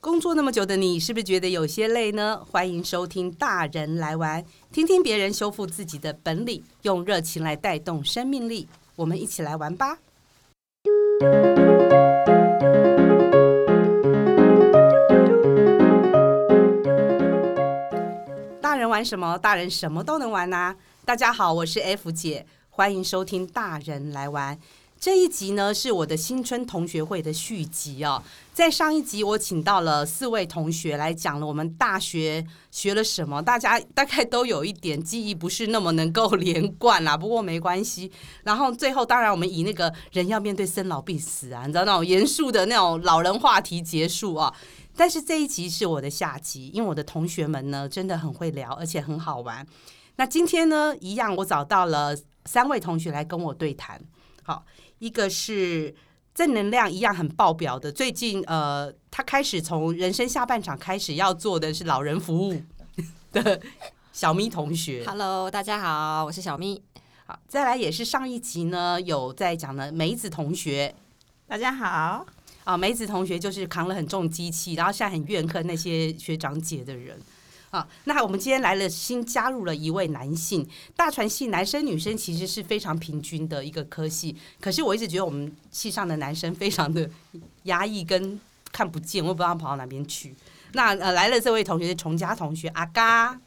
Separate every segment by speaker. Speaker 1: 工作那么久的你，是不是觉得有些累呢？欢迎收听《大人来玩》，听听别人修复自己的本领，用热情来带动生命力。我们一起来玩吧！大人玩什么？大人什么都能玩呐、啊大家好，我是 F 姐，欢迎收听《大人来玩》。这一集呢是我的新春同学会的续集哦。在上一集，我请到了四位同学来讲了我们大学学了什么，大家大概都有一点记忆不是那么能够连贯啦，不过没关系。然后最后，当然我们以那个人要面对生老病死啊，你知道那种严肃的那种老人话题结束啊。但是这一集是我的下集，因为我的同学们呢真的很会聊，而且很好玩。那今天呢，一样我找到了三位同学来跟我对谈。好，一个是正能量一样很爆表的，最近呃，他开始从人生下半场开始要做的是老人服务的小咪同学。
Speaker 2: Hello，大家好，我是小咪。
Speaker 1: 好，再来也是上一集呢有在讲的梅子同学
Speaker 3: 大家好，
Speaker 1: 啊，梅子同学就是扛了很重机器，然后现在很怨恨那些学长姐的人。啊，那我们今天来了新加入了一位男性，大传系男生女生其实是非常平均的一个科系，可是我一直觉得我们系上的男生非常的压抑跟看不见，我也不知道他跑到哪边去。那呃来了这位同学是崇家同学阿嘎，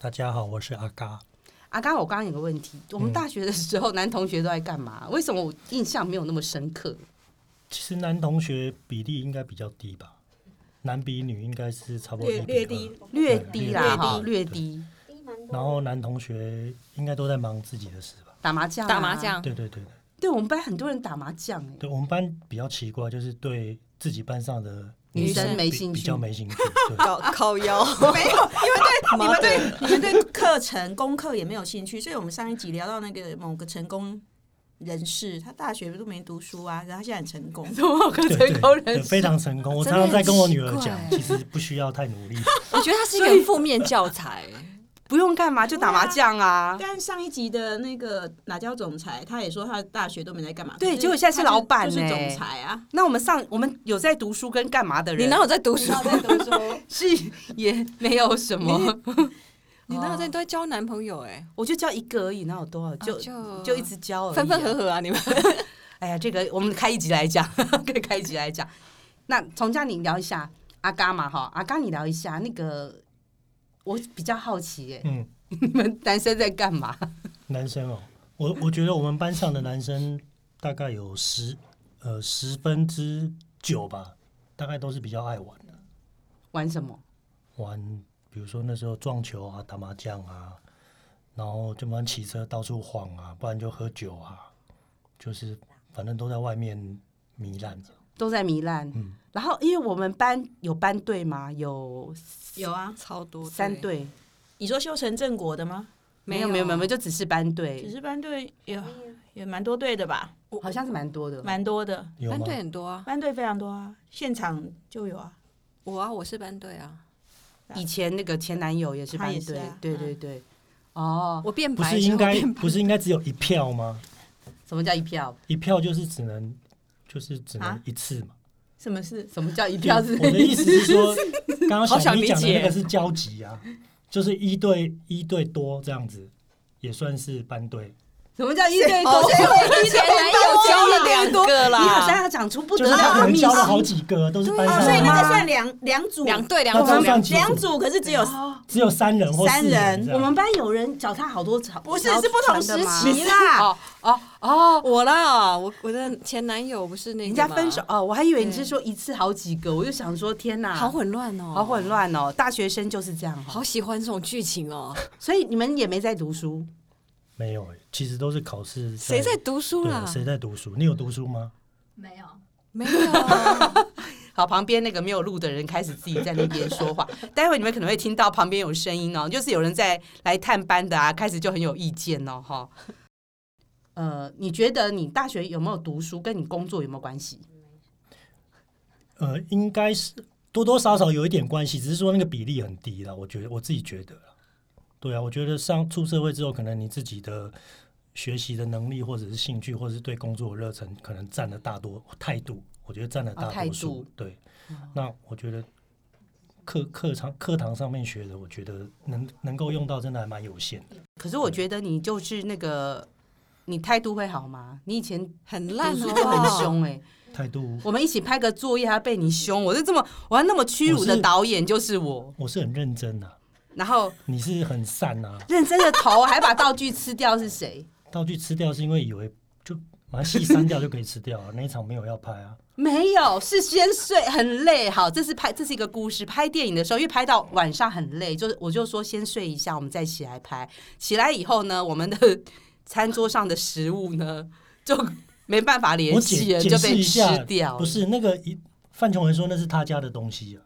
Speaker 4: 大家好，我是阿嘎。
Speaker 1: 阿啊刚，我刚刚有个问题，我
Speaker 4: 嗯
Speaker 1: 们大学的时候男同学都在干嘛？为什么我印象没有那么深刻？
Speaker 4: 其实男同学比例应该比较低吧，男比女应该是差不多
Speaker 3: 略
Speaker 4: 1比
Speaker 3: 略低
Speaker 4: 2，
Speaker 1: 略低啦，
Speaker 3: 略低
Speaker 1: 哈，略低，
Speaker 4: 然后男同学应该都在忙自己的事吧？
Speaker 1: 啊打麻将、
Speaker 2: 打麻，将，
Speaker 4: 对对对对，
Speaker 1: 对我们班很多人打麻将 哎、
Speaker 4: 对我们班比较奇怪，就是对自己班上的
Speaker 1: 女生
Speaker 4: 比
Speaker 1: 没兴趣
Speaker 4: 比较没兴趣。对
Speaker 2: 靠哦靠腰。
Speaker 3: 没有，因为对你们对你们对课程功课也没有兴趣，所以我们上一集聊到那个某个成功人士，他大学都没读书啊，然后他现在很成功，
Speaker 1: 怎么跟
Speaker 4: 对
Speaker 1: 成功
Speaker 4: 对对，
Speaker 1: 人
Speaker 4: 非常成功。我
Speaker 2: 真
Speaker 4: 常
Speaker 2: 的
Speaker 4: 常在跟我女
Speaker 2: 很
Speaker 4: 儿
Speaker 2: 奇怪
Speaker 4: 讲，其实不需要太努力。
Speaker 2: 我觉得他是一个负面教材，
Speaker 1: 不用干嘛就打麻将啊？
Speaker 3: 但上一集的那个哪叫总裁，他也说他大学都没在干嘛，
Speaker 1: 对
Speaker 3: 可是
Speaker 1: 结果现在是
Speaker 3: 他就
Speaker 1: 老板
Speaker 3: 就是
Speaker 1: 呢
Speaker 3: 总裁啊，
Speaker 1: 那我们上我们有在读书跟干嘛的人，
Speaker 2: 你哪有在读书？
Speaker 3: 在读书，
Speaker 1: 是也没有什么，
Speaker 2: 你哪有在都在交男朋友？哎，
Speaker 1: 我就交一个而已，哪有多少就
Speaker 2: 哦就
Speaker 1: 就一直交而已啊
Speaker 2: 分分合合啊，你们。
Speaker 1: 哎呀，这
Speaker 3: 嗯
Speaker 1: 个我们开一集来讲， 可以开一集来讲。那从家你聊一下阿嘎嘛哈，阿嘎你聊一下那个，我比较好奇哎、
Speaker 4: 嗯，
Speaker 1: 你们男生在干嘛？
Speaker 4: 男生哦，我我觉得我们班上的男生大概有十呃十分之九吧，大概都是比较爱玩的。
Speaker 1: 玩什么？
Speaker 4: 玩，比如说那时候撞球啊、打麻将啊，然后就玩骑车到处晃啊，不然就喝酒啊，就是反正都在外面糜烂着。
Speaker 1: 都在糜烂。
Speaker 4: 嗯
Speaker 1: 然后因为我们班有班队嘛，有
Speaker 3: 有啊，
Speaker 2: 超多
Speaker 1: 三，队，
Speaker 3: 你说修成正果的吗？
Speaker 1: 没有没有没有，没有，就只是班队
Speaker 3: 只，是班队有也蛮多队的吧，
Speaker 1: 好像是蛮多的。
Speaker 3: 蛮多的，
Speaker 4: 有
Speaker 2: 班
Speaker 4: 吗？
Speaker 2: 队很多啊。
Speaker 3: 班队非常多啊，现场就有啊，
Speaker 2: 我啊，我是班队啊，
Speaker 1: 以前那个前男友也是班
Speaker 3: 他也是
Speaker 1: 队
Speaker 3: 啊，嗯
Speaker 1: 对对对。哦，
Speaker 2: 我变
Speaker 4: 不
Speaker 2: 白
Speaker 4: 是
Speaker 2: 之
Speaker 4: 应
Speaker 2: 后
Speaker 4: 该
Speaker 2: 变白
Speaker 4: 不是应该只有一票吗？
Speaker 1: 什么叫一票？
Speaker 4: 一票就是只能就是只能
Speaker 3: 啊
Speaker 4: 一次嘛。
Speaker 3: 什么事？
Speaker 1: 什么叫一票？是
Speaker 4: 我的意思是说， 刚
Speaker 2: 好想
Speaker 4: 刚小咪
Speaker 2: 理
Speaker 4: 讲的那
Speaker 2: 解
Speaker 4: 个是交集啊，就是一对一对多这样子，也算是班队。
Speaker 1: 什么叫一对多？
Speaker 2: 哦所以我以前男友交了两个
Speaker 1: 你好像
Speaker 2: 啦，
Speaker 1: 要讲出不
Speaker 4: 就
Speaker 1: 得
Speaker 4: 是他
Speaker 1: 了
Speaker 4: 可
Speaker 1: 的
Speaker 4: 能
Speaker 1: 秘辛
Speaker 4: 交。了好几个，都是班
Speaker 3: 哦，
Speaker 4: 上
Speaker 3: 所以
Speaker 4: 的
Speaker 3: 那
Speaker 4: 嘛，
Speaker 3: 个算两两组，哦
Speaker 2: 两队两
Speaker 4: 那这
Speaker 2: 组
Speaker 4: 样
Speaker 2: 两
Speaker 4: 算
Speaker 2: 组，
Speaker 4: 几
Speaker 3: 两组，可是只有
Speaker 4: 只有三人或
Speaker 3: 三
Speaker 4: 四
Speaker 3: 人
Speaker 4: 这
Speaker 1: 我
Speaker 4: 样
Speaker 1: 们班有人脚踏好多条，
Speaker 3: 不是
Speaker 1: 条
Speaker 3: 是不同
Speaker 1: 船的吗
Speaker 3: 时期啦
Speaker 1: 哦哦哦，
Speaker 2: 我啦，我我的前男友不是那个
Speaker 1: 人家
Speaker 2: 吗
Speaker 1: 分手，哦，我还以为你是说一次好几个，我就想说天哪，
Speaker 2: 好混乱哦，
Speaker 1: 好混，乱哦，大学生就是这样
Speaker 2: 好
Speaker 1: 哈。
Speaker 2: 喜欢这种剧情哦。
Speaker 1: 所以你们也没在读书，
Speaker 4: 没有欸，其实都是考试。
Speaker 2: 谁在读书啦
Speaker 4: 对，？谁在读书？你有读书吗？
Speaker 5: 没有，
Speaker 2: 没有啊，
Speaker 1: 好，旁边那个没有录的人开始自己在那边说 话，待会你们可能会听到旁边有声音哦，就是有人在来探班的啊，开始就很有意见哦，哈。呃，你觉得你大学有没有读书，跟你工作有没有关系？
Speaker 4: 呃，应该是多多少少有一点关系，只是说那个比例很低啦。我觉得我自己觉得啦，对啊，我觉得上出社会之后，可能你自己的学习的能力，或者是兴趣，或者是对工作的热忱，可能占了大多态度。我觉得占了
Speaker 1: 哦
Speaker 4: 大
Speaker 1: 态
Speaker 4: 多数。
Speaker 1: 度
Speaker 4: 对，那我觉得课课堂课堂上面学的，我觉得能能够用到，真的还蛮有限的。
Speaker 1: 可是我觉得你就是那个，你态度会好吗？你以前
Speaker 2: 很
Speaker 1: 烂书
Speaker 2: 烂哦
Speaker 4: 哦
Speaker 2: 好不
Speaker 1: 都很
Speaker 2: 好？
Speaker 1: 凶哎、
Speaker 4: 态度，
Speaker 1: 我们一起拍个作业还被你凶，我是这么我还那么屈辱
Speaker 4: 我
Speaker 1: 的
Speaker 4: 是
Speaker 1: 导演就是我，
Speaker 4: 我是很认真啊，
Speaker 1: 然后
Speaker 4: 你是很散啊。
Speaker 1: 认真的头还把道具吃掉是 谁？
Speaker 4: 道具吃掉是因为以为就把它戏删掉就可以吃掉啊，那一场没有要拍啊。
Speaker 1: 没有，是先睡很累。好，这是拍这是一个故事。拍电影的时候，因为拍到晚上很累，就是我就说先睡一下，我们再起来拍。起来以后呢，我们的餐桌上的食物呢就没办法联
Speaker 4: 我
Speaker 1: 系
Speaker 4: 解
Speaker 1: 了，
Speaker 4: 解
Speaker 1: 啊就
Speaker 4: 释
Speaker 1: 被
Speaker 4: 一
Speaker 1: 吃
Speaker 4: 下，
Speaker 1: 掉了。
Speaker 4: 不是那个一范琼文说那是他家的东西啊，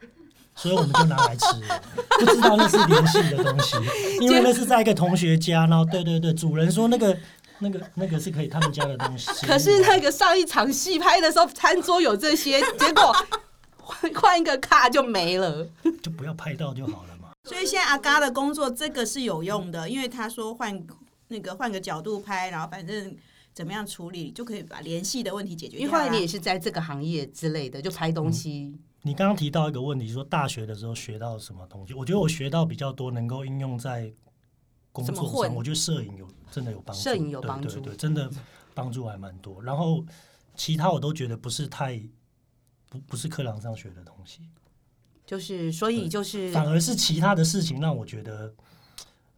Speaker 4: 所以我们就拿来吃了，不知道那是联系的东西，因为那是在一个同学家，然后对对对，主人说那个那个那个是可以他们家的东西，
Speaker 1: 可是那个上一场戏拍的时候，餐桌有这些，结果换换一个卡就没了。
Speaker 4: 就不要拍到就好了嘛。
Speaker 3: 所以现在阿嘎的工作这个是有用的，因为他说换那个换个角度拍，然后反正怎么样处理就可以把联系的问题解决
Speaker 1: 因为
Speaker 3: 掉
Speaker 1: 后来
Speaker 3: 啦。
Speaker 1: 你也是在这个行业之类的，就拍东西。
Speaker 4: 你刚刚提到一个问题，说大学的时候学到什么东西？我觉得我学到比较多，能够应用在工作
Speaker 2: 怎么混
Speaker 4: 上。我觉得摄影有真的有帮助，
Speaker 1: 摄影有帮助
Speaker 4: 对对对，真的帮助还蛮多。然后其他我都觉得不是太不不是课堂上学的东西，
Speaker 1: 就是，所以就是
Speaker 4: 反而是其他的事情让我觉得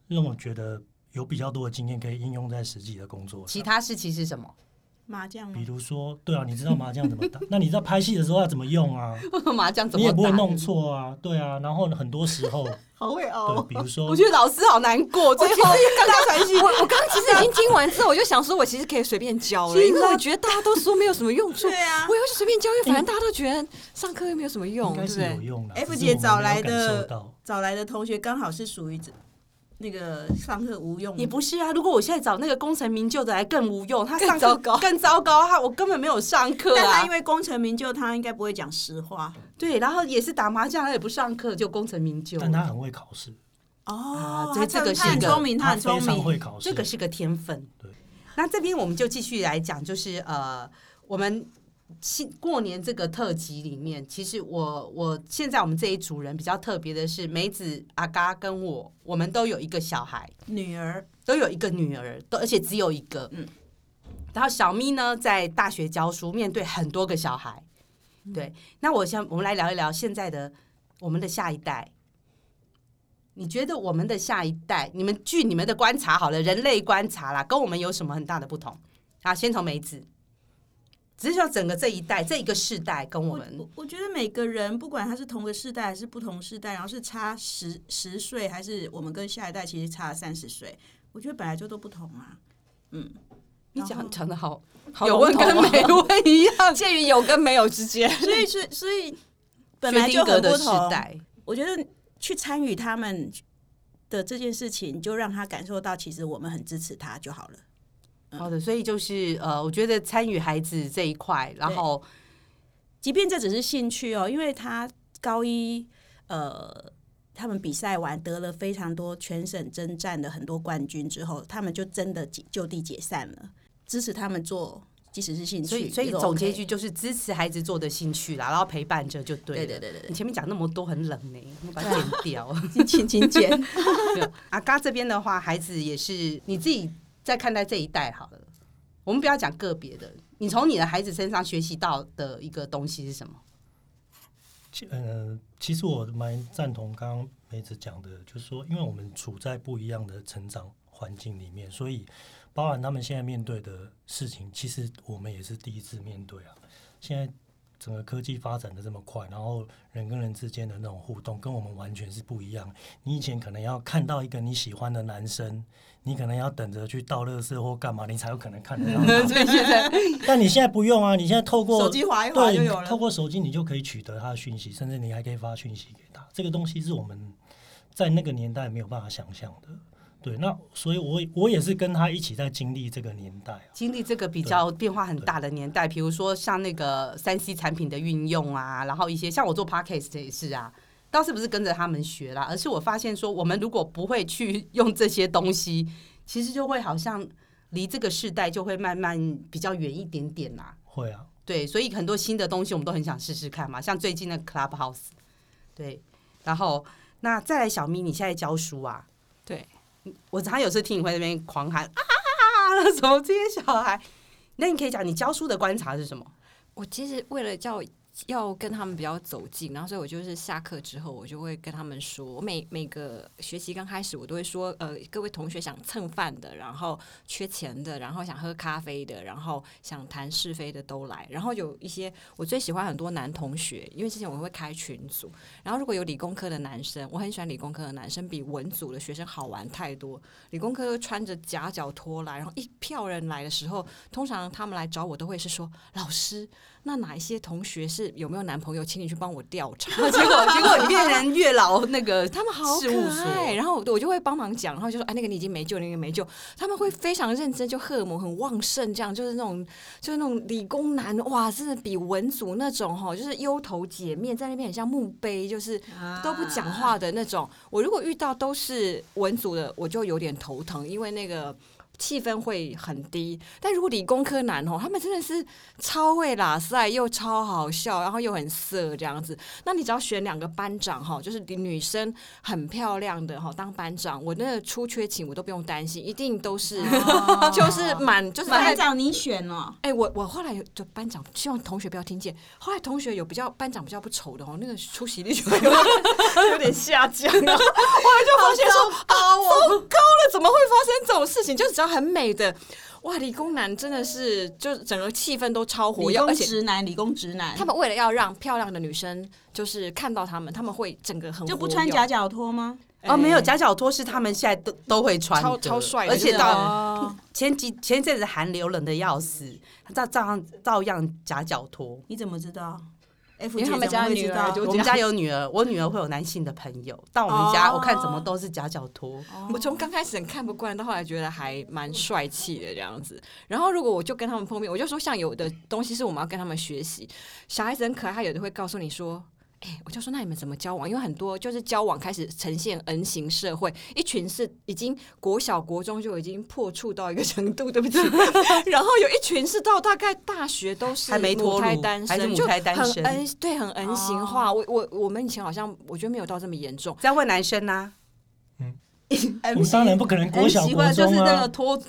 Speaker 4: 让我觉得有比较多的经验可以应用在实际的工作
Speaker 1: 其
Speaker 4: 上。
Speaker 1: 他事情是什么？
Speaker 3: 麻将吗
Speaker 4: 比？如说，对啊，你知道麻将怎么打？那你知道拍戏的时候要怎么用啊？
Speaker 1: 麻将 怎
Speaker 4: 你
Speaker 1: 么
Speaker 4: 也
Speaker 1: 打？
Speaker 4: 不会弄错啊，对啊。然后很多时候，
Speaker 3: 好会
Speaker 4: 对，
Speaker 3: 哦，
Speaker 4: 比如说，
Speaker 1: 我觉得老师好难过，最后刚刚传讯，
Speaker 2: 我我刚刚其实已经听完之后，我就想说，我其实可以随便教了，
Speaker 1: 是啊
Speaker 2: 因为我觉得大家都说没有什么用处，
Speaker 3: 对啊
Speaker 2: 我。要去随便教，因为反正大家都觉得上课又没有什么用，
Speaker 4: 哎
Speaker 2: 对
Speaker 4: 应该
Speaker 2: 不
Speaker 4: 是有
Speaker 2: 对？
Speaker 4: 用的。
Speaker 3: F
Speaker 4: 只是
Speaker 3: 姐
Speaker 4: 我们没
Speaker 3: 找
Speaker 4: 有
Speaker 3: 来
Speaker 4: 感
Speaker 3: 的
Speaker 4: 受到
Speaker 3: 找来的同学刚好是属于这那个上课无用，
Speaker 1: 也不是啊。如果我现在找那个功成名就的来更无用，他
Speaker 2: 更
Speaker 1: 上课
Speaker 2: 糟糕
Speaker 1: 更糟糕，他我根本没有上课
Speaker 3: 但他
Speaker 1: 啊
Speaker 3: 因。为功成名就，他应该不会讲实话
Speaker 1: 对，然后也是打麻将，他也不上课，就功成名就。
Speaker 4: 但他很会考试，
Speaker 1: 啊
Speaker 3: 哦。
Speaker 1: 所以
Speaker 3: 他
Speaker 1: 这个
Speaker 3: 他
Speaker 1: 是一
Speaker 3: 很
Speaker 1: 个
Speaker 3: 聪明，他很
Speaker 4: 非
Speaker 3: 聪
Speaker 4: 常会
Speaker 3: 明。
Speaker 4: 考试。
Speaker 1: 这个是个天分。
Speaker 4: 对，
Speaker 1: 那这边我们就继续来讲，就是呃，我们新过年这个特辑里面，其实我我现在我们这一组人比较特别的是，梅子阿嘎跟我，我们都有一个小孩，
Speaker 3: 女儿
Speaker 1: 都有一个女儿，都而且只有一个。
Speaker 3: 嗯
Speaker 1: 然后小咪呢，在大学教书，面对很多个小孩。
Speaker 3: 嗯
Speaker 1: 对，那我想我们来聊一聊现在的我们的下一代。你觉得我们的下一代，你们据你们的观察好了，人类观察啦，跟我们有什么很大的不同？啊，先从梅子，只是说整个这一代这一个世代跟我
Speaker 3: 我
Speaker 1: 们
Speaker 3: 我我觉得每个人不管他是同个世代还是不同世代，然后是差十十岁，还是我们跟下一代其实差三十岁，我觉得本来就都不同 啊。
Speaker 1: 你
Speaker 3: 然后
Speaker 1: 讲讲的好，
Speaker 2: 好
Speaker 1: 有问
Speaker 2: 笼
Speaker 1: 跟
Speaker 2: 统哦
Speaker 1: 没问一样，
Speaker 2: 介于有跟没有之 间，
Speaker 3: 所以所以所以 本
Speaker 1: 薛
Speaker 3: 来就
Speaker 1: 定谔
Speaker 3: 很
Speaker 1: 的
Speaker 3: 不
Speaker 1: 时
Speaker 3: 同。
Speaker 1: 代，
Speaker 3: 我觉得去参与他们的这件事情，就让他感受到其实我们很支持他就好了。
Speaker 1: 好的，所以就是呃，我觉得参与孩子这一块，然后
Speaker 3: 即便这只是兴趣哦，因为他高一呃，他们比赛完得了非常多全省征战的很多冠军之后，他们就真的解就地解散了。支持他们做，即使是兴趣，
Speaker 1: 所以所以
Speaker 3: 也都
Speaker 1: 总结
Speaker 3: OK
Speaker 1: 一句就是支持孩子做的兴趣啦，然后陪伴着就对
Speaker 3: 对
Speaker 1: 了。
Speaker 3: 对对对
Speaker 1: 你
Speaker 3: 对，
Speaker 1: 前面讲那么多很冷呢、我把它剪掉。
Speaker 3: 请请请简。
Speaker 1: 没 有阿嘎这边的话，孩子也是你自己在看待这一代好了。我们不要讲个别的，你从你的孩子身上学习到的一个东西是什么？
Speaker 4: 其呃，其实我蛮赞同刚刚梅子讲的，就是说，因为我们处在不一样的成长环境里面，所以包含他们现在面对的事情，其实我们也是第一次面对啊。现在整个科技发展的这么快，然后人跟人之间的那种互动，跟我们完全是不一样。你以前可能要看到一个你喜欢的男生，你可能要等着去倒垃圾或干嘛，你才有可能看得到他。
Speaker 1: 所以现在
Speaker 4: 但你现在不用啊，你现在透过
Speaker 3: 手机划一划
Speaker 4: 对，
Speaker 3: 就
Speaker 4: 你
Speaker 3: 有了
Speaker 4: 透过手机你就可以取得他的讯息，甚至你还可以发讯息给他。这个东西是我们在那个年代没有办法想象的。对，那所以我我也是跟他一起在经历这个年代啊。
Speaker 1: 经历这个比较变化很大的年代，比如说像那个三 C 产品的运用啊，然后一些像我做 podcast 也是啊，倒是不是跟着他们学啦，而是我发现说，我们如果不会去用这些东西，其实就会好像离这个世代就会慢慢比较远一点点啦、
Speaker 4: 会啊，
Speaker 1: 对，所以很多新的东西我们都很想试试看嘛，像最近的 Clubhouse，对。然后那再来，小咪，你现在教书啊？
Speaker 2: 对，
Speaker 1: 我常有时候听你会在那边狂喊啊，什么这些小孩？那你可以讲你教书的观察是什么？
Speaker 2: 我其实为了叫要跟他们比较走近，然后所以我就是下课之后，我就会跟他们说，我每每个学期刚开始，我都会说，呃，各位同学想蹭饭的，然后缺钱的，然后想喝咖啡的，然后想谈是非的都来。然后有一些我最喜欢很多男同学，因为之前我会开群组，然后如果有理工科的男生，我很喜欢理工科的男生，比文组的学生好玩太多。理工科穿着夹脚拖来，然后一票人来的时候，通常他们来找我都会是说，老师，那哪一些同学是有没有男朋友，请你去帮我调查。
Speaker 1: 结果结果你变成月老那个
Speaker 2: 他们好
Speaker 1: 事务
Speaker 2: 可
Speaker 1: 所
Speaker 2: 爱，然后我我就会帮忙讲，然后就说哎，那个你已经没救，那个没
Speaker 1: 嗯
Speaker 2: 救。他们会非常认真，就荷尔蒙很旺盛，这样就是那种就是那种理工男，哇，真的比文组那种哈，就是忧头解面，在那边很像墓碑，就是都不讲话的那
Speaker 1: 啊
Speaker 2: 种。我如果遇到都是文组的，我就有点头疼，因为那个。气氛会很低，但如果理工科男哦，他们真的是超会拉塞，又超好笑，然后又很色这样子。那你只要选两个班长哈，就是女生很漂亮的哈当班长，我那个出缺勤我都不用担心，一定都是、就是满就是
Speaker 3: 班长你 选哦，
Speaker 2: 哎、我我后来有就班长，希望同学不要听见。后来同学有比较班长比较不丑的哦，那个出席率就有有点下降了。后来就发现说啊，糟糕了，怎么会发生这种事情？就只要很美的，哇，理工男真的是，就是整个气氛都超活
Speaker 3: 理
Speaker 2: 跃，而
Speaker 3: 工
Speaker 2: 且
Speaker 3: 直男，理工直男
Speaker 2: 他，们为了要让漂亮的女生就是看到他们，他们会整个很
Speaker 3: 就不
Speaker 2: 活
Speaker 3: 穿
Speaker 2: 跃
Speaker 3: 夹脚拖吗？
Speaker 1: 哦，没有
Speaker 2: 哎
Speaker 1: 夹脚拖是他们现在都都会穿的，
Speaker 2: 超超帅的，
Speaker 1: 而且
Speaker 2: 就是
Speaker 1: 到
Speaker 3: 哦，
Speaker 1: 前几前一阵子寒流冷的要死，照照样照样夹脚拖。
Speaker 3: 你怎么知道
Speaker 2: 因
Speaker 3: ？F
Speaker 2: 为
Speaker 3: 姐
Speaker 2: 他们
Speaker 3: 怎
Speaker 2: 家
Speaker 3: 么会
Speaker 2: 女
Speaker 3: 知
Speaker 2: 儿
Speaker 3: 道？
Speaker 2: 就
Speaker 1: 我
Speaker 2: 这
Speaker 1: 们
Speaker 2: 样
Speaker 1: 家有女儿，我女儿会有男性的朋友，到我们家、
Speaker 3: 哦
Speaker 1: 我看怎么都是夹脚拖。
Speaker 2: 我从刚开始很看不惯，到后来觉得还蛮帅气的这样子。然后如果我就跟他们碰面，我就说像有的东西是我们要跟他们学习。小孩子很可爱，他有的会告诉你说。哎、我就说那你们怎么交往？因为很多就是交往开始呈现 N 型社会，一群是已经国小国中就已经破处到一个程度，对 不起。然后有一群是到大概大学都是
Speaker 1: 还没脱
Speaker 2: 母胎
Speaker 1: 乳
Speaker 2: 单
Speaker 1: 还是
Speaker 2: 身，
Speaker 1: 母
Speaker 2: 就
Speaker 1: 胎单身哦
Speaker 2: 很 N 对很 N 型化。我我我们以前好像我觉得没有到这么严重，
Speaker 1: 再问男生啊呐、
Speaker 4: 我们当然不可能国小国
Speaker 1: 就是
Speaker 4: 中
Speaker 1: 那
Speaker 4: 啊
Speaker 1: 个，脱，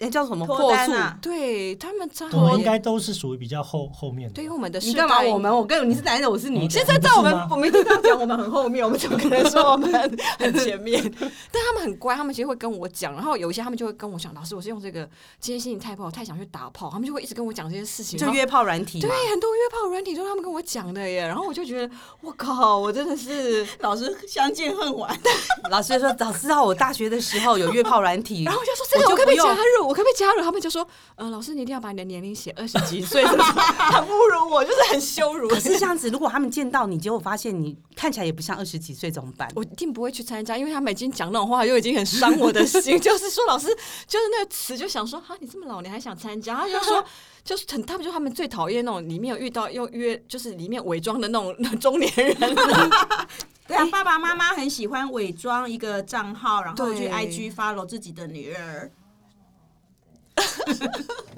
Speaker 1: 哎、叫什么
Speaker 3: 脱
Speaker 1: 破
Speaker 3: 单
Speaker 1: 处？
Speaker 3: 啊
Speaker 2: 对他们差
Speaker 4: 我们
Speaker 2: 好
Speaker 4: 应该都是属于比较后后面的
Speaker 2: 对于。我们的世
Speaker 1: 你
Speaker 2: 代，
Speaker 1: 干嘛？我们我跟你是男的，我是女的。
Speaker 2: 现在在我们
Speaker 4: 不是吗
Speaker 2: 我们一定要讲我们很后面，我们怎么可能 说我们很前面？但他们很乖，他们其实会跟我讲，然后有一些他们就会跟我讲，老师，我是用这个今天心情太不好，太想去打炮，他们就会一直跟我讲这些事情，
Speaker 1: 就
Speaker 2: 然后
Speaker 1: 约炮软体
Speaker 2: 对
Speaker 1: 嘛，
Speaker 2: 很多约炮软体都是他们跟我讲的耶，然后我就觉得我靠，我真 的是，
Speaker 3: 老师相见恨 晚，
Speaker 1: 老师就说早知道我大学的时候有约炮软体，
Speaker 2: 然后我就说真的，
Speaker 1: 我
Speaker 2: 我
Speaker 1: 就
Speaker 2: 可
Speaker 1: 不
Speaker 2: 不可以
Speaker 1: 用
Speaker 2: 加入？我可不可以加入？他们就说，呃，老师你一定要把你的年龄写二十几岁，是不是很侮辱我，就是很羞辱。
Speaker 1: 可是这样子，如果他们见到你，结果发现你看起来也不像二十几岁，怎么办？
Speaker 2: 我一定不会去参加，因为他们已经讲那种话，就已经很伤我的 心。就是说，老师就是那个词，就想说哈，你这么老，你还想参加？他就说，就是很，他们就他们最讨厌那种里面有遇到又约，就是里面伪装的那种 中年人。
Speaker 3: 对啊，爸爸妈妈很喜欢伪装一个账号，然后去
Speaker 2: 对
Speaker 3: IG follow 自己的女儿。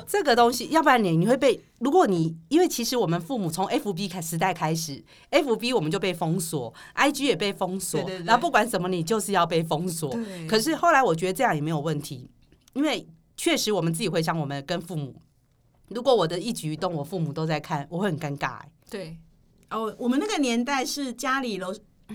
Speaker 1: 这个东西，要不然你你会被，如果你因为其实我们父母从 FB 开时代开始，FB 我们就被封锁，IG 也被封锁，
Speaker 3: 对对对
Speaker 1: 然后不管什么你就是要被封锁。
Speaker 2: 对
Speaker 1: 可是后来我觉得这样也没有问题，因为确实我们自己回想，我们跟父母，如果我的一举一动我父母都在看，我会很尴尬、欸。
Speaker 2: 对，
Speaker 3: 哦，我们那个年代是家里楼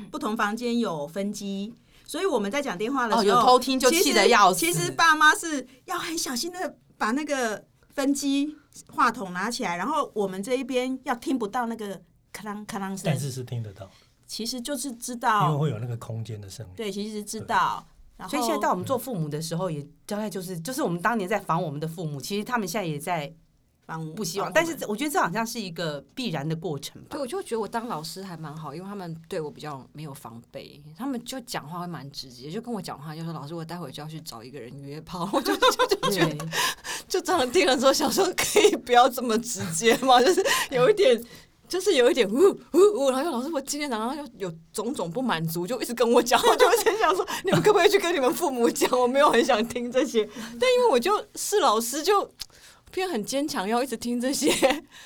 Speaker 3: 不同房间有分机，所以我们在讲电话的
Speaker 1: 哦，
Speaker 3: 时
Speaker 1: 有
Speaker 3: 候，
Speaker 1: 偷听就
Speaker 3: 其实
Speaker 1: 气得要死。
Speaker 3: 其实爸妈是要很小心的把那个分机话筒拿起来，然后我们这一边要听不到那个咔啷咔啷
Speaker 4: 但
Speaker 3: 声，
Speaker 4: 是是听得到，
Speaker 3: 其实就是知
Speaker 4: 因为
Speaker 3: 道，
Speaker 4: 会有那个空间的声音。
Speaker 3: 对，其实知道。然后
Speaker 1: 所以现在到我们做父母的时候，也大概就是就是我们当年在防我们的父母，其实他们现在也在
Speaker 3: 帮
Speaker 1: 不希望，
Speaker 3: 帮
Speaker 1: 但
Speaker 3: 我
Speaker 1: 是
Speaker 3: 们
Speaker 1: 这我觉得这好像是一个必然的过程吧
Speaker 2: 对，。我就觉得我当老师还蛮好，因为他们对我比较没有防备，他们就讲话会蛮直接，就跟我讲话就说老师，我待会就要去找一个人约炮，我就 就就觉得
Speaker 1: 对，
Speaker 2: 就这样听了之后，想说可以不要这么直接吗？ 就是有一点，就是有一点呜呜呜，然后就老师，我今天早上就有种种不满足，就一直跟我讲， 我就很想说，你们可不可以去跟你们父母讲？我没有很想听这些，但因为我就是老师就。变很坚强，要一直听这些。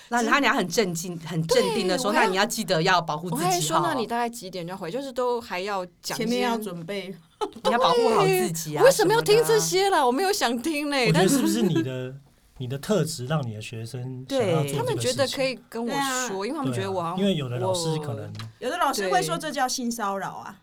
Speaker 1: 那他俩很镇静、很镇定的说：“那你要记得要保护
Speaker 2: 我
Speaker 1: 自
Speaker 2: 还
Speaker 1: 己啊
Speaker 2: 说，
Speaker 1: 哈，
Speaker 2: 那你大概几点就要回？就是都还要讲
Speaker 3: 前
Speaker 2: 一
Speaker 3: 面
Speaker 2: 些
Speaker 3: 要准备
Speaker 1: 你要保护好自己啊。”
Speaker 2: 为什么要听这
Speaker 1: 的？
Speaker 2: 些啦？我没有想听嘞，
Speaker 4: 我觉
Speaker 2: 但
Speaker 4: 得是不是你的你的特质让你的学生想
Speaker 1: 对
Speaker 4: 要做
Speaker 2: 他们
Speaker 4: 这个
Speaker 2: 觉
Speaker 4: 事
Speaker 2: 得
Speaker 4: 情
Speaker 2: 可以跟我
Speaker 3: 对啊
Speaker 2: 说，因为他们
Speaker 4: 对
Speaker 2: 觉得
Speaker 4: 啊
Speaker 2: 我好像
Speaker 4: 因为有的老师可
Speaker 2: 我
Speaker 4: 能
Speaker 3: 有的老师会说
Speaker 2: 对
Speaker 3: 这叫性骚扰啊，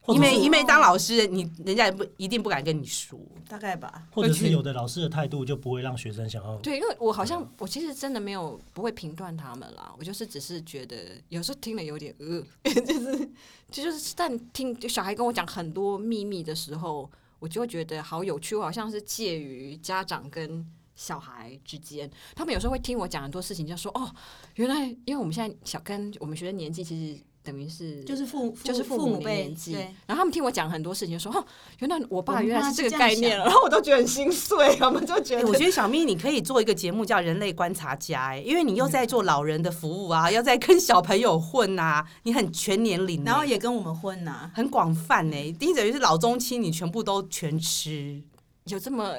Speaker 4: 或
Speaker 1: 因
Speaker 4: 者
Speaker 1: 为
Speaker 4: 是
Speaker 1: 因为当老师， 你人家也不一定不敢跟你说。
Speaker 3: 大概吧。
Speaker 4: 或者是有的老师的态度就不会让学生想要
Speaker 2: 对，因为我好像我其实真的没有不会评断他们啦，我就是只是觉得有时候听了有点呃， 就是就是但听就小孩跟我讲很多秘密的时候，我就会觉得好有趣，我好像是介于家长跟。小孩之间，他们有时候会听我讲很多事情，就说哦，原来因为我们现在小跟我们学生年纪其实等于是
Speaker 3: 就是父
Speaker 2: 就是
Speaker 3: 父
Speaker 2: 父母
Speaker 3: 母
Speaker 2: 的
Speaker 3: 辈
Speaker 2: 年纪
Speaker 3: 对，
Speaker 2: 然后他们听我讲很多事情，说哦，原来我
Speaker 3: 我
Speaker 2: 爸
Speaker 3: 们
Speaker 2: 原来
Speaker 3: 爸
Speaker 2: 是
Speaker 3: 是
Speaker 2: 这个
Speaker 3: 这样
Speaker 2: 概念
Speaker 3: 想
Speaker 2: 了，然后我都觉得很心碎，我们就觉
Speaker 1: 哎
Speaker 2: 得
Speaker 1: 我觉得小咪，你可以做一个节目叫《人类观察家》，哎，因为你又在做老人的服务啊，又在跟小朋友混啊，你很全年龄，
Speaker 3: 然后也跟我们啊混呐、
Speaker 1: 很广泛呢。第一等于是老中青，你全部都全吃，
Speaker 2: 有这么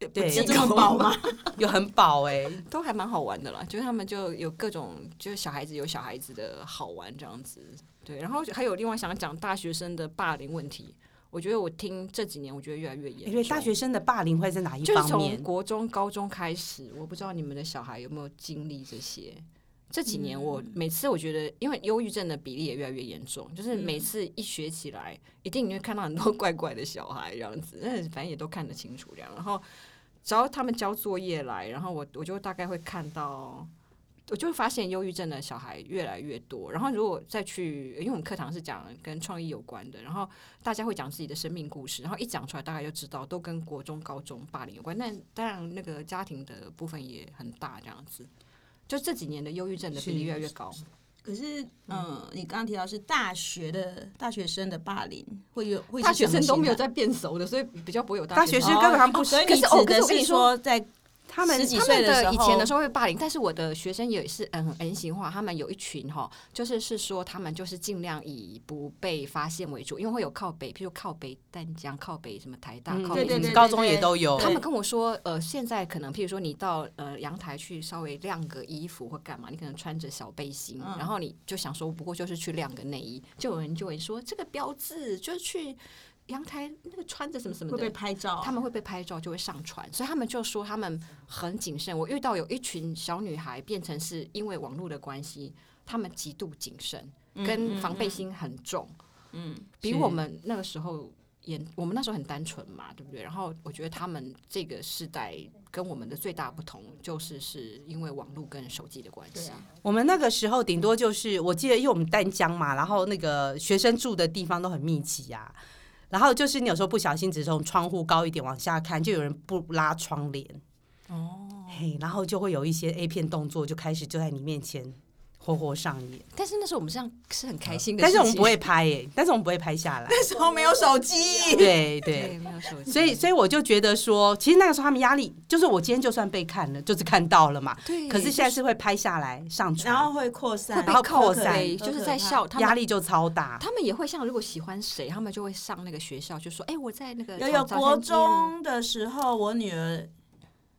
Speaker 2: 呃
Speaker 1: 对有
Speaker 3: 有这么饱？吗？
Speaker 1: 又很饱哎。
Speaker 2: 都还蛮好玩的啦，就是他们就有各种，就是小孩子有小孩子的好玩这样子。对，然后还有另外想讲大学生的霸凌问题，我觉得我听这几年我觉得越来越严重。
Speaker 1: 因为大学生的霸凌会在哪一
Speaker 2: 就是
Speaker 1: 方
Speaker 2: 从
Speaker 1: 面？
Speaker 2: 国中、高中开始，我不知道你们的小孩有没有经历这些。这几年我
Speaker 1: 嗯
Speaker 2: 每次我觉得，因为忧郁症的比例也越来越严重，就是
Speaker 1: 嗯
Speaker 2: 每次一学起来，一定你会看到很多 怪怪的小孩这样子，但是反正也都看得清楚这样。然后只要他们交作业来，然后我我就大概会看到。我就会发现忧郁症的小孩越来越多，然后如果再去，因为我们课堂是讲嗯跟创意有关的，然后大家会讲自己的生命故事，然后一讲出来，大概就知道都跟国中、高中霸凌有关。但当然，那个家庭的部分也很大，这样子。就这几年的忧郁症的比例
Speaker 1: 是
Speaker 2: 越来越高，
Speaker 3: 可是，嗯、你刚刚提到是大学的大学生的霸凌，会有会是
Speaker 2: 大学生
Speaker 3: 什么
Speaker 2: 都没有
Speaker 3: 形
Speaker 2: 在
Speaker 3: 态
Speaker 2: 变熟的，所以比较不会有
Speaker 1: 大
Speaker 2: 学
Speaker 1: 学
Speaker 2: 生
Speaker 1: 生。根本他们不
Speaker 3: 所以
Speaker 2: 可
Speaker 3: 你
Speaker 2: 是哦
Speaker 3: 指
Speaker 2: 可是
Speaker 3: 的
Speaker 2: 我跟你
Speaker 3: 是
Speaker 2: 说
Speaker 3: 说在
Speaker 1: 他们
Speaker 3: 十几
Speaker 2: 他
Speaker 3: 岁
Speaker 2: 们
Speaker 3: 的时
Speaker 2: 的
Speaker 3: 候
Speaker 2: 以前的时候会霸凌，但是我的学生也是嗯很 N 型化，他们有一群哈，就是是说他们就是尽量以不被发现为主，因为会有靠北，譬如靠北淡江、靠北什么台大、
Speaker 1: 嗯
Speaker 2: 靠
Speaker 3: 对
Speaker 2: 北
Speaker 3: 对
Speaker 2: 什么
Speaker 3: 对
Speaker 1: 高中也都有，
Speaker 2: 他们跟我说，呃，现在可能，譬如说你到呃阳台去稍微晾个衣服或干嘛，你可能穿着小背心，
Speaker 3: 嗯
Speaker 2: 然后你就想说，不过就是去晾个内衣，就有人就会说这个标志就是去阳台那个穿着什么什么
Speaker 3: 会被
Speaker 2: 的。
Speaker 3: 拍照，
Speaker 2: 他们会被拍照，就会上传，所以他们就说他们很谨慎。我遇到有一群小女孩，变成是因为网络的关系，她们极度谨慎，跟防备心很重。
Speaker 3: 嗯，
Speaker 2: 比
Speaker 1: 是
Speaker 2: 我们那个时候也，我们那时候很单纯嘛，对不对？然后我觉得他们这个世代跟我们的最大不同，就是是因为网络跟手机的关
Speaker 3: 对
Speaker 2: 系。
Speaker 3: 啊
Speaker 1: 我们那个时候顶多就是，我记得因为我们淡江嘛，然后那个学生住的地方都很密集呀、然后就是你有时候不小心只是从窗户高一点往下看，就有人不拉窗帘，哦，嘿，然后就会有一些 A 片动作就开始就在你面前活活上演，
Speaker 2: 但是那时候我们这样是很开心的
Speaker 1: 但
Speaker 2: 事
Speaker 1: 是
Speaker 2: 情，
Speaker 1: 我们不会拍耶、但是我们不会拍下来，
Speaker 3: 那时候没有手机，
Speaker 1: 对对。
Speaker 2: 对没有手机，
Speaker 1: 所以，所以我就觉得说，其实那个时候他们压力，就是我今天就算被看了，就是看到了嘛。
Speaker 2: 对，
Speaker 1: 可是现在是会拍下来上传，
Speaker 3: 然后会扩散，
Speaker 1: 会被
Speaker 3: 然后
Speaker 1: 扣
Speaker 3: 可
Speaker 1: 散
Speaker 2: 对，
Speaker 3: 可
Speaker 2: 就是
Speaker 3: 可
Speaker 2: 在
Speaker 3: 怕
Speaker 2: 校，他
Speaker 1: 压
Speaker 2: 们
Speaker 1: 力就超大。
Speaker 2: 他们也会像如果喜欢谁，他们就会上那个学校就说，哎，我在那个
Speaker 3: 有有
Speaker 2: 早
Speaker 3: 国。
Speaker 2: 早餐店嗯
Speaker 3: 中的时候，我女儿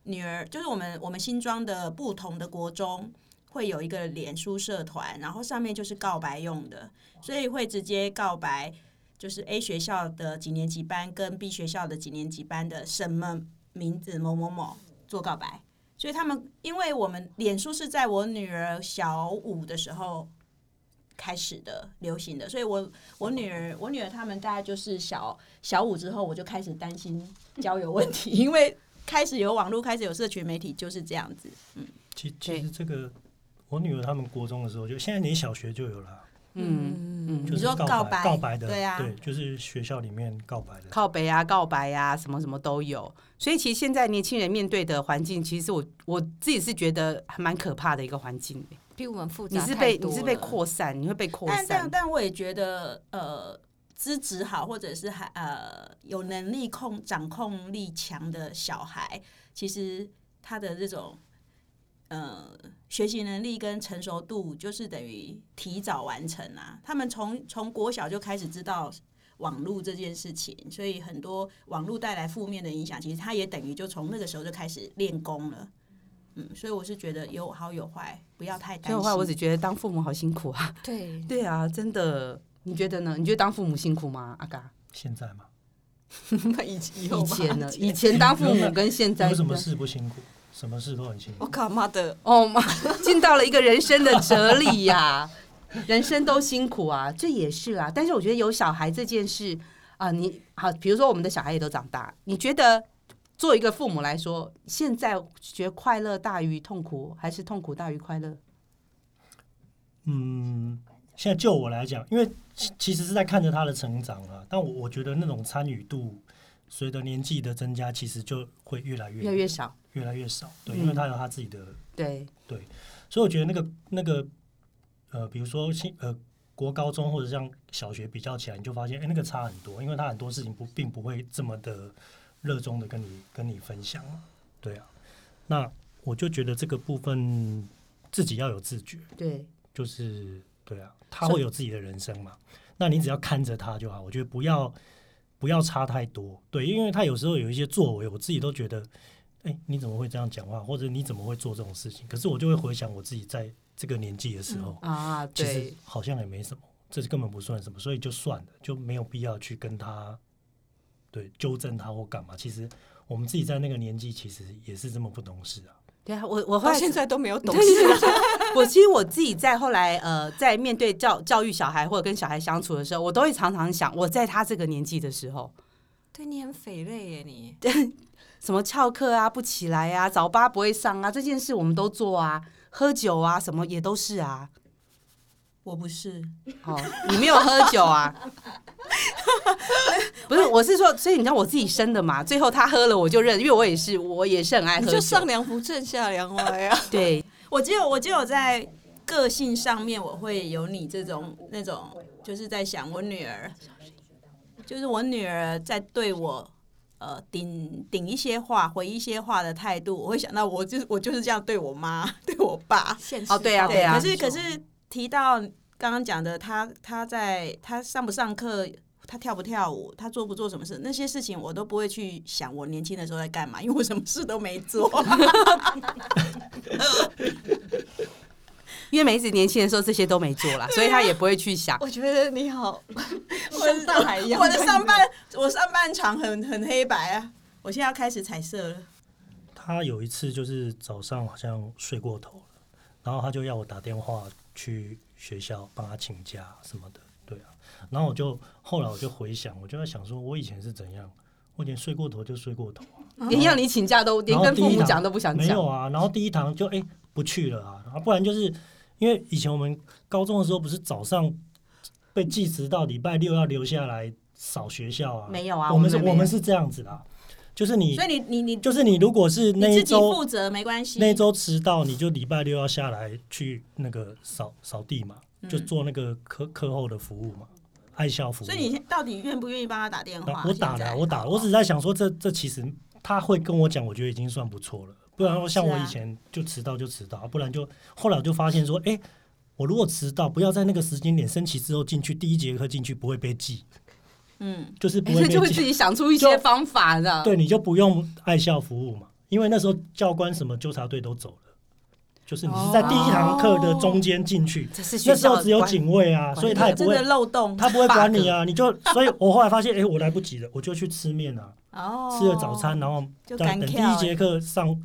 Speaker 3: 女儿就是我们我们新庄的不同的国中会有一个脸书社团，然后上面就是告白用的，所以会直接告白，就是 A 学校的几年级班跟 B 学校的几年级班的什么名字某某某做告白。所以他们，因为我们脸书是在我女儿小五的时候开始的流行的，所以我我女儿我女儿他们大概就是小小五之后，我就开始担心交友问题，因为开始有网络，开始有社群媒体，就是这样子。
Speaker 4: 其其实这个我女儿他们国中的时候就现在连小学就有了，啊
Speaker 1: 嗯，
Speaker 2: 嗯
Speaker 1: 嗯
Speaker 4: 就
Speaker 3: 你
Speaker 4: 是
Speaker 3: 说
Speaker 4: 告
Speaker 3: 告白
Speaker 4: 告白的
Speaker 3: 对啊
Speaker 4: 就是学校里面告白的，
Speaker 1: 靠北啊、告白啊，什么什么都有。所以其实现在年轻人面对的环境，其实我我自己是觉得得还蛮可怕的一个环境。
Speaker 2: 比我们复杂
Speaker 1: 你
Speaker 2: 太
Speaker 1: 是
Speaker 2: 多
Speaker 1: 被你
Speaker 2: 了，
Speaker 1: 是被扩散，你会被扩
Speaker 3: 但但
Speaker 1: 散。
Speaker 3: 但我也觉得，呃，资质好或者是还呃有能力控掌控力强的小孩，其实他的这种呃学习能力跟成熟度，就是等于提早完成啊。他们从从国小就开始知道。网络这件事情，所以很多网络带来负面的影响，其实他也等于就从那个时候就开始练功了。嗯，所以我是觉得有好有坏，不要太担
Speaker 1: 这种话我只
Speaker 3: 心。
Speaker 1: 觉得当父母好辛苦啊。
Speaker 2: 对，
Speaker 1: 对啊，真的，你觉得呢？你觉得当父母辛苦吗？阿嘎，
Speaker 4: 现在嘛，
Speaker 2: 那以 前
Speaker 1: 以前 呢？以前当父母跟现在
Speaker 4: 有什么事不辛苦？什么事都很辛
Speaker 2: 我
Speaker 4: 苦。
Speaker 2: 靠妈的，
Speaker 1: 哦 妈，进到了一个人生的哲理呀、人生都辛苦啊，这也是啊。但是我觉得有小孩这件事啊、你好，比如说我们的小孩也都长大，你觉得做一个父母来说，现在觉得快乐大于痛苦，还是痛苦大于快乐？
Speaker 4: 嗯，现在就我来讲，因为其其实是在看着他的成长啊，但我我觉得那种参与度随着年纪的增加，其实就会越来越
Speaker 1: 越来越少，
Speaker 4: 越来越少。对，
Speaker 1: 嗯
Speaker 4: 因为他有他自己的，
Speaker 1: 对，
Speaker 4: 所以我觉得那个那个呃，比如说新呃国高中或者像小学比较起来，你就发现哎、诶那个差很多，因为他很多事情不并不会这么的热衷的跟你跟你分享嘛。对啊，那我就觉得这个部分自己要有自觉。
Speaker 1: 对，
Speaker 4: 就是对啊，他会有自己的人生嘛。那你只要看着他就好，我觉得不要不要差太多。对，因为他有时候有一些作为，我自己都觉得，哎、你怎么会这样讲话，或者你怎么会做这种事情？可是我就会回想我自己在这个年纪的时候，
Speaker 1: 啊，
Speaker 4: 其实
Speaker 1: 对，
Speaker 4: 好像也没什么，这根本不算什么，所以就算了，就没有必要去跟他对纠正他或干嘛。其实我们自己在那个年纪，其实也是这么不懂事啊。
Speaker 1: 对啊，我我后
Speaker 2: 到
Speaker 1: 来
Speaker 2: 现在都没有懂
Speaker 1: 对
Speaker 2: 事。
Speaker 1: 我其实我自己在后来呃，在面对教教育小孩或者跟小孩相处的时候，我都会常常想，我在他这个年纪的时候，
Speaker 2: 对你很匪类耶，你
Speaker 1: 什么翘课啊、不起来啊、早八不会上啊，这件事我们都做啊，喝酒啊，什么也都是啊。
Speaker 3: 我不是，
Speaker 1: 哦，你没有喝酒啊？ 不是，我是说，所以你知道我自己生的嘛，最后他喝了我就认，因为我也是，我也是很爱
Speaker 2: 你
Speaker 1: 喝
Speaker 2: 就
Speaker 1: 酒
Speaker 2: 上。梁不正下梁歪啊！
Speaker 1: 对，
Speaker 3: 我只有我只有在个性上面，我会有你这种那种，就是在想我女儿，就是我女儿在对我。呃，顶顶一些话，回一些话的态度，我会想到我就是我就是这样对我妈， 对我 爸。
Speaker 2: 现
Speaker 1: 哦对啊
Speaker 3: 对
Speaker 1: 啊
Speaker 3: 可是可是提到刚刚讲的，他他在他上不上课，他跳不跳舞，他做不做什么事，那些事情我都不会去想。我年轻的时候在干嘛？因为我什么事都没做。
Speaker 1: 因为梅子年轻的时候这些都没做啦，所以他也不会去想。
Speaker 2: 我觉得你 好
Speaker 3: 我
Speaker 2: 像大海一样，
Speaker 3: 我的上半我上半场很很黑白啊，我现在要开始彩色了。
Speaker 4: 他有一次就是早上好像睡过头了，然后他就要我打电话去学校帮他请假什么的，对啊。然后我就后来我就回想，我就在想说，我以前是怎样，我以前睡过头就睡过头啊，
Speaker 1: 连要你请假都连
Speaker 4: 然后
Speaker 1: 跟
Speaker 4: 第
Speaker 1: 父
Speaker 4: 一
Speaker 1: 母
Speaker 4: 堂
Speaker 1: 讲都不想
Speaker 4: 没
Speaker 1: 讲
Speaker 4: 有。啊。然后第一堂就哎、不去了啊，然后不然就是因为以前我们高中的时候不是早上被记迟到，礼拜六要留下来扫学校啊，
Speaker 1: 没有啊
Speaker 4: 我们
Speaker 1: 我们
Speaker 4: 是
Speaker 1: 没有
Speaker 4: 我们是这样子的啊、就是你
Speaker 3: 所以你你你
Speaker 4: 就是你如果是那
Speaker 3: 你
Speaker 4: 一
Speaker 3: 自己
Speaker 4: 周
Speaker 3: 负责没关系。
Speaker 4: 那一周迟到，你就礼拜六要下来去那个扫扫地嘛，
Speaker 3: 嗯
Speaker 4: 就做那个课课后的服务嘛，爱校服务。
Speaker 3: 所以你到底愿不愿意帮他打电话
Speaker 4: 啊？我打
Speaker 3: 现在
Speaker 4: 了，我打了，我只是在想说这，这其实他会跟我讲，我觉得已经算不错了。不然像
Speaker 3: 是
Speaker 4: 我
Speaker 3: 啊
Speaker 4: 以前就迟到就迟到，不然就后来我就发现说，哎、我如果迟到，不要在那个时间点升旗之后进去，第一节课进去不会被记，
Speaker 3: 嗯，
Speaker 4: 就是不
Speaker 1: 哎
Speaker 4: 会
Speaker 1: 所以
Speaker 4: 被 记。
Speaker 1: 就会自己想出一些
Speaker 4: 就
Speaker 1: 方法的。
Speaker 4: 对，你就不用爱校服务嘛，因为那时候教官什么纠察队都走了，就是你是在第一堂课的中间进去，
Speaker 1: 哦这是学
Speaker 4: 那时
Speaker 1: 校
Speaker 4: 候
Speaker 1: 的
Speaker 4: 只有
Speaker 1: 观
Speaker 4: 警卫啊，
Speaker 1: 管
Speaker 4: 所以他也不
Speaker 3: 真的
Speaker 4: 会
Speaker 3: 漏洞
Speaker 4: 他不会管你啊，你就所以我后来发现，哎、我来不及了，我就去吃面啊，
Speaker 3: 哦。
Speaker 4: 吃了早餐，然后
Speaker 3: 就
Speaker 4: 再
Speaker 3: 干
Speaker 4: 等第
Speaker 3: 跳
Speaker 4: 一节课上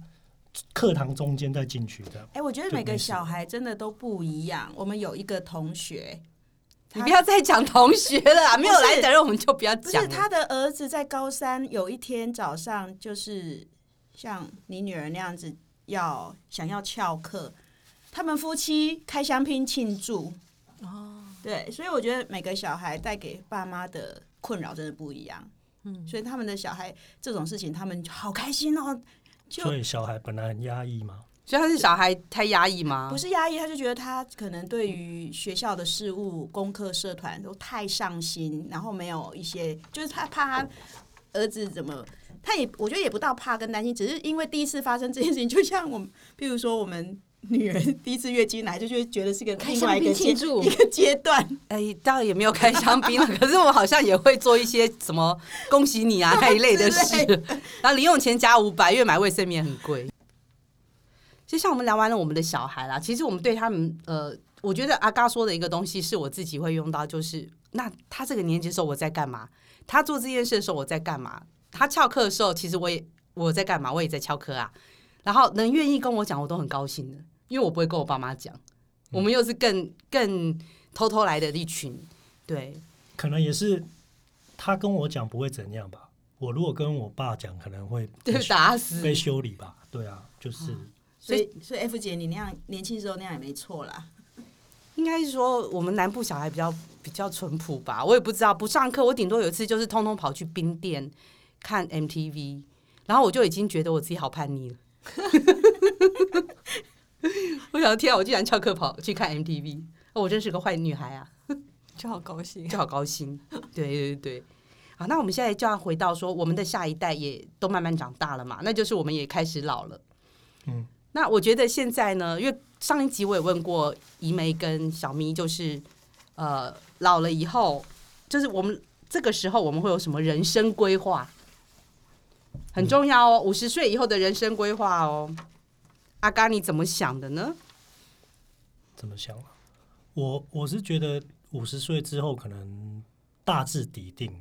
Speaker 4: 课堂中间再进去这样。
Speaker 3: 哎、我觉得
Speaker 4: 就
Speaker 3: 每个
Speaker 4: 没事
Speaker 3: 小孩真的都不一样。我们有一个同学，
Speaker 1: 你
Speaker 3: 他
Speaker 1: 不要再讲同学了啊，没有来的人我们就不要
Speaker 3: 不
Speaker 1: 讲
Speaker 3: 是
Speaker 1: 了。
Speaker 3: 他的儿子在高三有一天早上，就是像你女儿那样子要想要翘课，他们夫妻开香槟庆祝。哦，对，所以我觉得每个小孩带给爸妈的困扰真的不一样。嗯，所以他们的小孩这种事情，他们好开心哦。就
Speaker 4: 所以小孩本来很压抑嘛，
Speaker 1: 所以他是小孩太压抑吗？
Speaker 3: 不是压抑，他就觉得他可能对于学校的事务、功课、社团都太上心，然后没有一些，就是他怕他儿子怎么，他也我觉得也不到怕跟担心，只是因为第一次发生这件事情，就像我们，譬如说我们女人第一次月经来，就会觉得是个
Speaker 2: 开
Speaker 3: 另外
Speaker 2: 香
Speaker 3: 一
Speaker 2: 槟
Speaker 3: 个阶
Speaker 2: 庆祝
Speaker 3: 一个阶段。
Speaker 1: 哎，倒也没有开香槟了， 可是我好像也会做一些什么恭喜你啊那一类的事
Speaker 3: 之类。
Speaker 1: 然后零用钱加五百，因为买卫生棉很贵。就像我们聊完了我们的小孩啦，其实我们对他们，呃，我觉得阿嘎说的一个东西是我自己会用到，就是那他这个年纪的时候我在干嘛？他做这件事的时候我在干嘛？他翘课的时候，其实我也我在干嘛？我也在翘课啊。然后能愿意跟我讲，我都很高兴的，因为我不会跟我爸妈讲。我们又是更更偷偷来的一群，对，
Speaker 4: 可能也是他跟我讲不会怎样吧。我如果跟我爸讲，可能会
Speaker 1: 就
Speaker 4: 被
Speaker 1: 是打死。哦
Speaker 4: 被修理吧。对啊，就是
Speaker 3: 所以，所以 F 姐，你那样年轻时候那样也没错啦。
Speaker 1: 应该是说我们南部小孩比较比较淳朴吧，我也不知道不上课，我顶多有一次就是通通跑去冰店看 MTV，然后我就已经觉得我自己好叛逆了。 我想天啊，我居然翘课跑去看 MTV，、哦、我真是个坏女孩啊！
Speaker 2: 就好高兴。
Speaker 1: 就好高兴。 对对对对，好，那我们现在就要回到说，我们的下一代也都慢慢长大了嘛，那就是我们也开始老了。
Speaker 4: 嗯，
Speaker 1: 那我觉得现在呢，因为上一集我也问过怡梅跟小咪，就是呃老了以后，就是我们这个时候我们会有什么人生规划？
Speaker 4: 嗯
Speaker 1: 很重要哦，五十岁以后的人生规划哦。阿嘎，你怎么想的呢？
Speaker 4: 怎么想、啊？我我是觉得五十岁之后可能大致底定，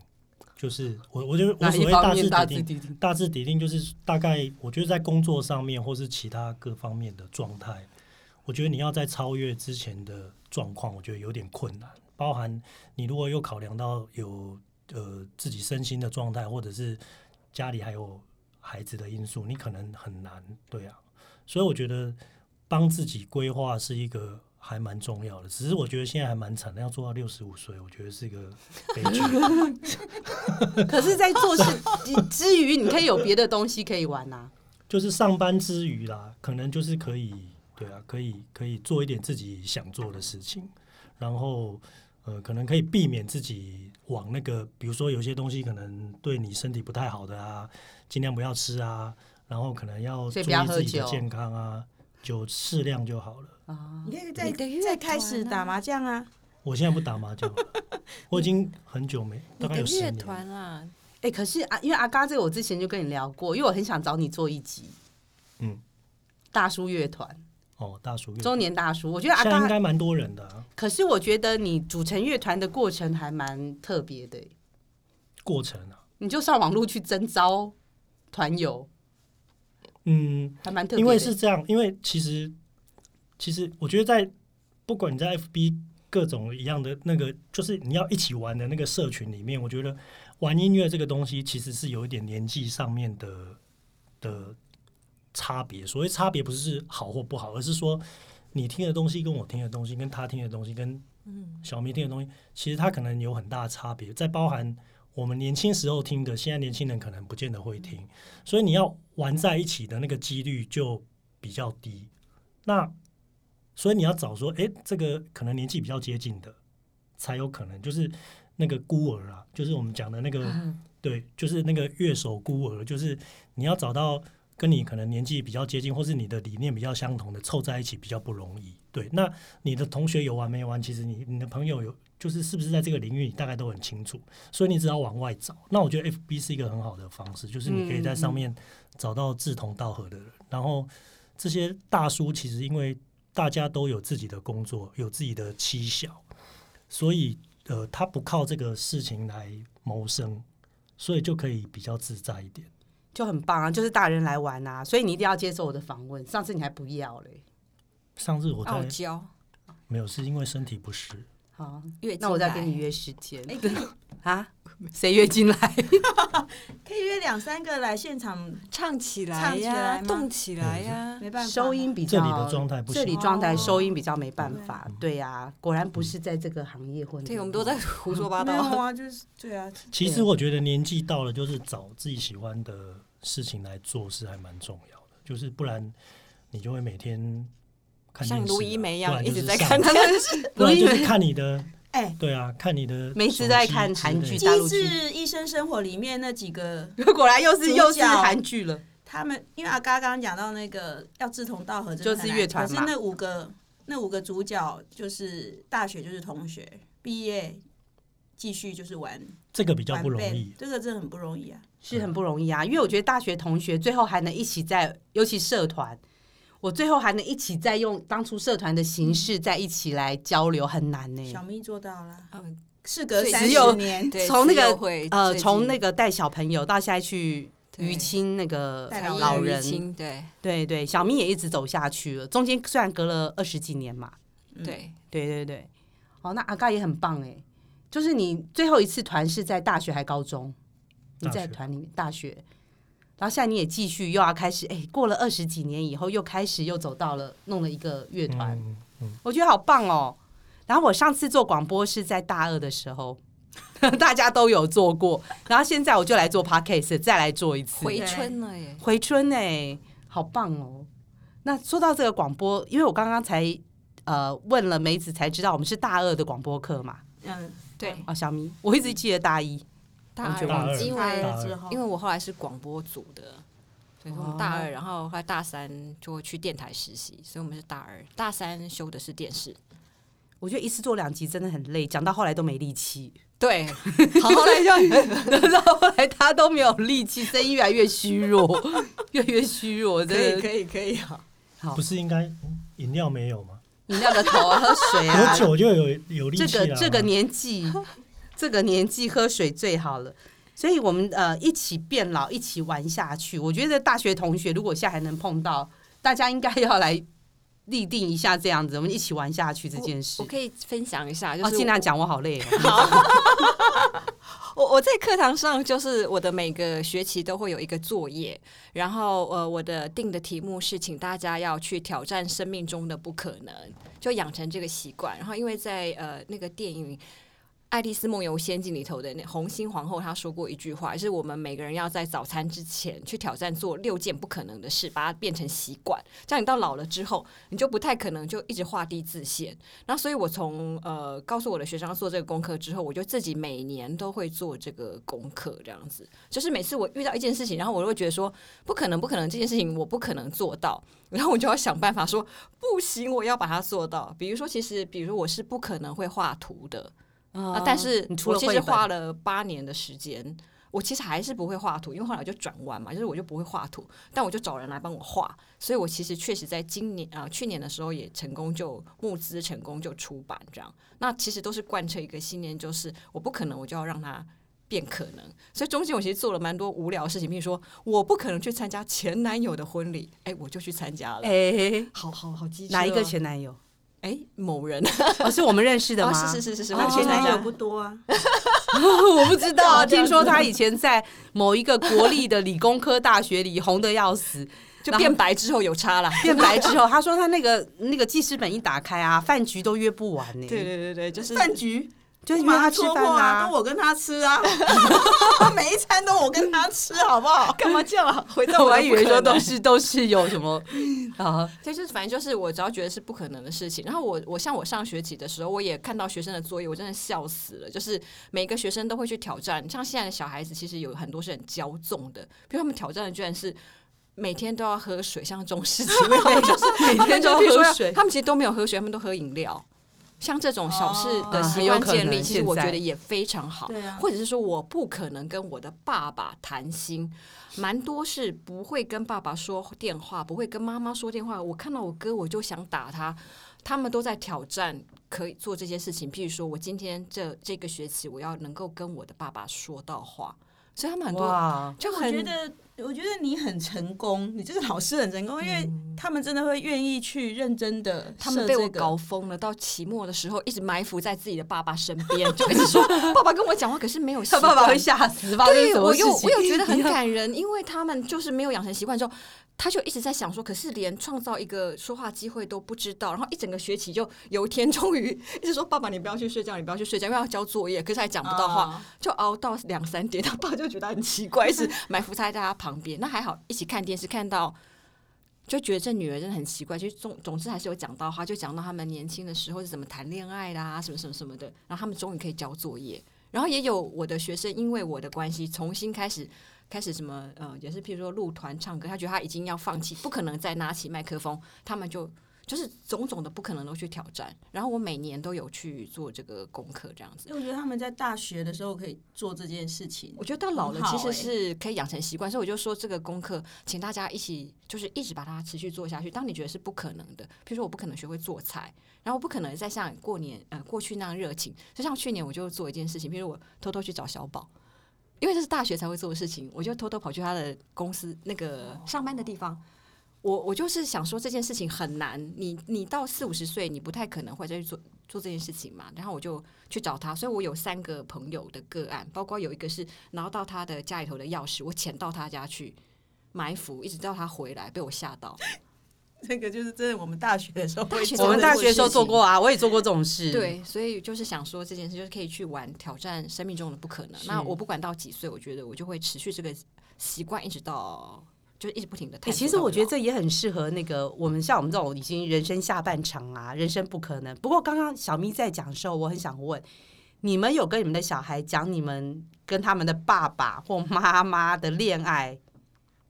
Speaker 4: 就是我我就我
Speaker 1: 哪
Speaker 4: 所
Speaker 1: 一
Speaker 4: 谓
Speaker 1: 方
Speaker 4: 大
Speaker 1: 面
Speaker 4: 致
Speaker 1: 大
Speaker 4: 底
Speaker 1: 致
Speaker 4: 定，
Speaker 1: 底定？
Speaker 4: 大致底定就是大概，我觉得在工作上面或是其他各方面的状态，我觉得你要在超越之前的状况，我觉得有点困难。包含你如果又考量到有呃自己身心的状态，或者是家里还有孩子的因素，你可能很难对啊。所以我觉得帮自己规划是一个还蛮重要的。只是我觉得现在还蛮惨的，要做到六十五岁，我觉得是一个悲剧。
Speaker 1: 可是，在做事之余，你可以有别的东西可以玩啊呐、
Speaker 4: 就是上班之余啦，可能就是可以，对啊，可以可以做一点自己想做的事情，然后呃，可能可以避免自己往那个，比如说有些东西可能对你身体不太好的啊，尽量不要吃啊，然后可能要
Speaker 1: 所
Speaker 4: 注
Speaker 1: 以
Speaker 4: 意
Speaker 1: 不要喝
Speaker 4: 自己的
Speaker 1: 酒
Speaker 4: 健康啊，酒适量就好了。
Speaker 1: 啊。
Speaker 3: 你可以
Speaker 2: 你
Speaker 3: 再
Speaker 2: 的乐
Speaker 3: 再开始
Speaker 2: 团啊
Speaker 3: 打麻将啊，
Speaker 4: 我现在不打麻 将了，我已经很久没，
Speaker 2: 你
Speaker 4: 大概
Speaker 2: 的
Speaker 4: 有十
Speaker 2: 乐
Speaker 4: 年了。
Speaker 2: 团啊，
Speaker 1: 哎、可是啊，因为阿嘎这个我之前就跟你聊过，因为我很想找你做一集
Speaker 4: 嗯，
Speaker 1: 大叔乐团
Speaker 4: 哦，大叔乐
Speaker 1: 周年大叔，我觉得阿
Speaker 4: 现在应
Speaker 1: 嘎，
Speaker 4: 该蛮多人的、啊、
Speaker 1: 可是我觉得你组成乐团的过程还蛮特别的、
Speaker 4: 过程啊，
Speaker 1: 你就上网络去征招团友，
Speaker 4: 嗯。
Speaker 1: 还蛮特别的。
Speaker 4: 因为是这样，因为其实其实我觉得在不管你在 FB 各种一样的那个，就是你要一起玩的那个社群里面，我觉得玩音乐这个东西其实是有一点年纪上面的的差别。所谓差别不是好或不好，而是说你听的东西跟我听的东西，跟他听的东西，跟
Speaker 1: 嗯
Speaker 4: 小明听的东西，其实它可能有很大的差别，在包含。我们年轻时候听的，现在年轻人可能不见得会听，所以你要玩在一起的那个几率就比较低。那所以你要找说，诶，这个可能年纪比较接近的，才有可能就是那个孤儿啊，就是我们讲的那个，对，就是那个乐手孤儿，就是你要找到跟你可能年纪比较接近，或是你的理念比较相同的，凑在一起比较不容易。对，那你的同学有完没完？其实你你的朋友有，就是是不是在这个领域，你大概都很清楚，所以你只要往外找。那我觉得 FB 是一个很好的方式，就是你可以在上面找到志同道合的人，然后这些大叔其实因为大家都有自己的工作，有自己的妻小，所以呃，他不靠这个事情来谋生，所以就可以比较自在一点。
Speaker 1: 就很棒啊，就是大人来玩啊，所以你一定要接受我的访问。上次你还不要嘞，
Speaker 4: 上次我
Speaker 2: 傲
Speaker 1: 哦
Speaker 4: 在
Speaker 2: 娇，
Speaker 4: 没有，是因为身体不适，
Speaker 1: 好，
Speaker 3: 哎
Speaker 2: 月
Speaker 1: 那我
Speaker 2: 经
Speaker 1: 再跟
Speaker 2: 来
Speaker 1: 你约时间、啊。谁约进来？
Speaker 3: 可以约两三个来现场，
Speaker 2: 唱起来
Speaker 3: 唱起来
Speaker 2: 呀，
Speaker 3: 吗
Speaker 2: 动起来呀，
Speaker 3: 没办法，啊
Speaker 1: 收音比
Speaker 4: 这
Speaker 1: 较
Speaker 4: 里的状态不
Speaker 1: 哦这
Speaker 4: 行。哦
Speaker 1: 里状态
Speaker 2: 哦
Speaker 1: 收音比较没办法，对呀、果然不是
Speaker 4: 嗯
Speaker 1: 在这个行业混。
Speaker 2: 对，我们都在胡说八
Speaker 3: 没有
Speaker 2: 道。
Speaker 3: 啊，就是对啊，
Speaker 4: 其实我觉得年纪到了，就是找自己喜欢的事情来做是还蛮重要的，就是不然你就会每天看电视
Speaker 2: 像
Speaker 4: 啊、
Speaker 2: 卢一梅一
Speaker 4: 不
Speaker 2: 样
Speaker 4: 然
Speaker 2: 一
Speaker 4: 就是
Speaker 2: 直在
Speaker 4: 上
Speaker 2: 看，他们
Speaker 4: 不然
Speaker 1: 卢一
Speaker 4: 就
Speaker 1: 梅
Speaker 4: 是看你的，
Speaker 3: 哎
Speaker 4: 对啊，看你的
Speaker 1: 梅子在看韩剧
Speaker 3: 《
Speaker 1: 大陆
Speaker 3: 机
Speaker 1: 剧
Speaker 3: 智医生生活》里面那几个，
Speaker 1: 果然又是
Speaker 3: 主
Speaker 1: 又是
Speaker 3: 角
Speaker 1: 韩剧了。
Speaker 3: 他们因为阿嘎刚刚讲到那个要志同道合，真的
Speaker 1: 就是
Speaker 3: 很难
Speaker 1: 乐团
Speaker 3: 可
Speaker 1: 嘛
Speaker 3: 是那五个那五个主角就是大学就是同学，毕业继续就是玩
Speaker 4: 这个比较
Speaker 3: 玩
Speaker 4: 不容
Speaker 3: band，
Speaker 4: 易。
Speaker 3: 这个真的很不容易啊。
Speaker 1: 是很不容易啊，因为我觉得大学同学最后还能一起在，尤其社团，我最后还能一起再用当初社团的形式在一起来交流，很难呢、
Speaker 3: 小咪做到了，
Speaker 2: 嗯，
Speaker 3: 事隔
Speaker 2: 所以
Speaker 3: 三
Speaker 1: 只有
Speaker 3: 十年，
Speaker 2: 对，
Speaker 1: 从那个
Speaker 2: 自由会
Speaker 1: 呃，
Speaker 2: 最近
Speaker 1: 从那个带小朋友到现在去
Speaker 2: 对
Speaker 1: 于亲那个
Speaker 3: 带老
Speaker 1: 老
Speaker 2: 于
Speaker 1: 人，
Speaker 2: 亲对
Speaker 1: 对对，小咪也一直走下去了，中间虽然隔了二十几年嘛，
Speaker 3: 嗯
Speaker 2: 对，
Speaker 1: 对对对，哦，那阿嘎也很棒哎，就是你最后一次团是在大学还高中？你
Speaker 4: 大
Speaker 1: 在
Speaker 4: 学
Speaker 1: 团里面大学，然后现在你也继续又要开始，哎，过了二十几年以后又开始又走到了弄了一个乐团，
Speaker 4: 嗯，
Speaker 1: 我觉得好棒哦。然后我上次做广播是在大二的时候， 大家都有做过，然后现在我就来做 podcast，再来做一次
Speaker 2: 回春了耶，
Speaker 1: 回春哎、好棒哦！那说到这个广播，因为我刚刚才呃问了梅子，才知道我们是大二的广播课嘛。
Speaker 3: 嗯，
Speaker 2: 对，
Speaker 1: 哦，小咪，我一直记得大一，
Speaker 2: 大
Speaker 1: 就忘
Speaker 2: 二
Speaker 4: 记
Speaker 2: 因
Speaker 3: 大
Speaker 2: 为
Speaker 3: 二之后
Speaker 2: 因为我后来是广播组的，所以我们
Speaker 1: 哦
Speaker 2: 大二，然后后来大三就会去电台实习，所以我们是大二，大三修的是电视。
Speaker 1: 我觉得一次做两集真的很累，讲到后来都没力 气，
Speaker 2: 对，好后来就
Speaker 1: 到后来大家都没有力气，声音越来越虚弱， 越来越虚弱，真的。
Speaker 2: 以可以啊，
Speaker 1: 好
Speaker 4: 不，是应该嗯饮料没有吗？
Speaker 1: 饮料的头啊，喝水啊
Speaker 4: 有，酒就有有力
Speaker 1: 这
Speaker 4: 气啊
Speaker 1: 个
Speaker 4: 了。
Speaker 1: 这个年纪，这个年纪喝水最好了。所以我们呃一起变老，一起玩下去。我觉得大学同学如果现在还能碰到，大家应该要来立定一下这样子，我们一起玩下去这件事
Speaker 2: 我。可以分享一哦下，就
Speaker 1: 哦，
Speaker 2: 是
Speaker 1: 尽量讲，我好累哦。
Speaker 2: 我我在课堂上就是我的每个学期都会有一个作业，然后呃，我的定的题目是请大家要去挑战生命中的不可能，就养成这个习惯。然后因为在呃那个电影。《爱丽丝梦游仙境》里头的那红心皇后，她说过一句话，是我们每个人要在早餐之前去挑战做六件不可能的事，把它变成习惯。这样你到老了之后，你就不太可能就一直画地自限。那所以，我从呃告诉我的学生要做这个功课之后，我就自己每年都会做这个功课，这样子。就是每次我遇到一件事情，然后我就会觉得说不可能，不可能，这件事情我不可能做到，然后我就要想办法说不行，我要把它做到。比如说，其实比如我是不可能会画图的，啊，但是
Speaker 1: 你除
Speaker 2: 我
Speaker 1: 了
Speaker 2: 其
Speaker 1: 绘
Speaker 2: 实
Speaker 1: 本
Speaker 2: 花了八年的时间，我其实还是不会画图，因为后来我就转弯嘛，就是我就不会画图，但我就找人来帮我画，所以我其实确实在今年啊、去年的时候也成功就募资成功就出版这样，那其实都是贯彻一个信念，就是我不可能，我就要让它。变可能，所以中间我其实做了蛮多无聊的事情，比如说我不可能去参加前男友的婚礼，哎、我就去参加了，
Speaker 1: 哎、
Speaker 2: 好好好机车哦
Speaker 1: 哪一个？前男友？
Speaker 2: 哎、某人，
Speaker 1: 哦，是我们认识的吗？
Speaker 2: 哦， 是是是是是，
Speaker 1: 哦
Speaker 2: 我去
Speaker 3: 前
Speaker 2: 参
Speaker 3: 男
Speaker 2: 加嗯
Speaker 3: 友不多啊，
Speaker 1: 我不 知道啊，
Speaker 3: 哦这
Speaker 1: 听
Speaker 3: 样子
Speaker 1: 说他以前在某一个国立的理工科大学里红的要死，
Speaker 2: 就
Speaker 1: 然后
Speaker 2: 变白之后有差啦。
Speaker 1: 变白之后，他说他那个那个记事本一打开啊，饭局都约不完呢、
Speaker 2: 对对对对，就是
Speaker 3: 饭局
Speaker 1: 就是约
Speaker 3: 马
Speaker 1: 他
Speaker 3: 上
Speaker 1: 吃
Speaker 3: 戳
Speaker 1: 饭
Speaker 3: 破啊，
Speaker 1: 啊
Speaker 3: 都。我跟他吃啊， 每一餐都我跟他吃，好不好？
Speaker 2: 干嘛这样 啊？回到
Speaker 1: 我还以为说都
Speaker 2: 东西，
Speaker 1: 是 都是有什么 啊，
Speaker 2: 对，就是反正就是我只要觉得是不可能的事情。然后我我像我上学期的时候，我也看到学生的作业，我真的笑死了。就是每个学生都会去挑战，像现在的小孩子其实有很多是很骄纵的，比如他们挑战的居然是。每天都要喝水，像中式情 侣就是每
Speaker 1: 天都要喝水
Speaker 2: 他们其实都没有喝水，他们都喝饮料。像这种小事的
Speaker 1: 哦
Speaker 2: 习
Speaker 1: 很有
Speaker 2: 惯
Speaker 1: 可
Speaker 2: 建
Speaker 1: 能
Speaker 2: 立，其实
Speaker 1: 现
Speaker 2: 我觉
Speaker 1: 在
Speaker 2: 得也非常好。
Speaker 3: 对啊
Speaker 2: 或者是说我不可能跟我的爸爸谈心，蛮多是不会跟爸爸说电话，不会跟妈妈说电话。我看到我哥，我就想打他。他们都在挑战可以做这些事情，譬如说我今天这这个学期我要能够跟我的爸爸说到话，所以他们很多啊
Speaker 1: 哇，
Speaker 2: 就
Speaker 3: 我
Speaker 2: 很
Speaker 3: 觉得，我觉得你很成功，你这个老师很成功，因为他们真的会愿意去认真的、
Speaker 2: 他们被我搞，疯了，到期末的时候一直埋伏在自己的爸爸身边，就一直说爸爸跟我讲话，可是没有习
Speaker 1: 他
Speaker 2: 惯。
Speaker 1: 爸爸会吓死，发生
Speaker 2: 对，
Speaker 1: 什么
Speaker 2: 我
Speaker 1: 事
Speaker 2: 又
Speaker 1: 情
Speaker 2: 我又 觉得很感人，因为他们就是没有养成习惯之后，他就一直在想说，可是连创造一个说话机会都不知道，然后一整个学期就有一天终于 一直说爸爸你不要去睡觉，你不要去睡觉，因为要交作业，可是还讲不到话，
Speaker 3: 啊
Speaker 2: 就熬到两三点， 他爸就觉得很奇怪，一直埋伏在大家旁边。那还好，一起看电视看到。就觉得这女儿真的很奇怪，就总总之还是有讲到啊话，就讲到他们年轻的时候是怎么谈恋爱啦、什么什么什么的，然后他们终于可以交作业，然后也有我的学生因为我的关系重新开始。开始什么呃，也是譬如说入团唱歌，他觉得他已经要放弃，不可能再拿起麦克风，他们就就是种种的不可能都去挑战。然后我每年都有去做这个功课，这样子。
Speaker 3: 所以我觉得他们在大学的时候可以做这件事情
Speaker 2: 我，觉得到老了
Speaker 3: 很好
Speaker 2: 其实
Speaker 3: 欸
Speaker 2: 是可以养成习惯，所以我就说这个功课，请大家一起就是一直把它持续做下去。当你觉得是不可能的，比如说我不可能学会做菜，然后我不可能再像过年呃过去那样热情，就像去年我就做一件事情，比如我偷偷去找小宝。因为这是大学才会做的事情，我就偷偷跑去他的公司那个
Speaker 3: 哦
Speaker 2: 上班的地方。我我就是想说这件事情很难，你你到四五十岁，你不太可能会再去做做这件事情嘛。然后我就去找他，所以我有三个朋友的个案，包括有一个是拿到他的家里头的钥匙，我潜到他家去埋伏，一直到他回来，被我吓 到。
Speaker 3: 这个就是真的我们大学的时候
Speaker 2: 大
Speaker 3: 会
Speaker 2: 学
Speaker 1: 我
Speaker 3: 做
Speaker 1: 们
Speaker 3: 的
Speaker 1: 大学
Speaker 3: 事
Speaker 1: 的时候
Speaker 3: 情
Speaker 1: 做过啊，我也做过这种事。，
Speaker 2: 对，所以就是想说这件事，就是可以去玩挑战生命中的不可能。
Speaker 1: 是
Speaker 2: 那我不管到几岁，我觉得我就会持续这个习惯，一直到就是一直不停的
Speaker 1: 哎、
Speaker 2: 探索到老、
Speaker 1: 其实我觉得这也很适合那个我们像我们这种已经人生下半场啊，人生不可能。不过刚刚小咪在讲的时候，我很想问，你们有跟你们的小孩讲你们跟他们的爸爸或妈妈的恋爱，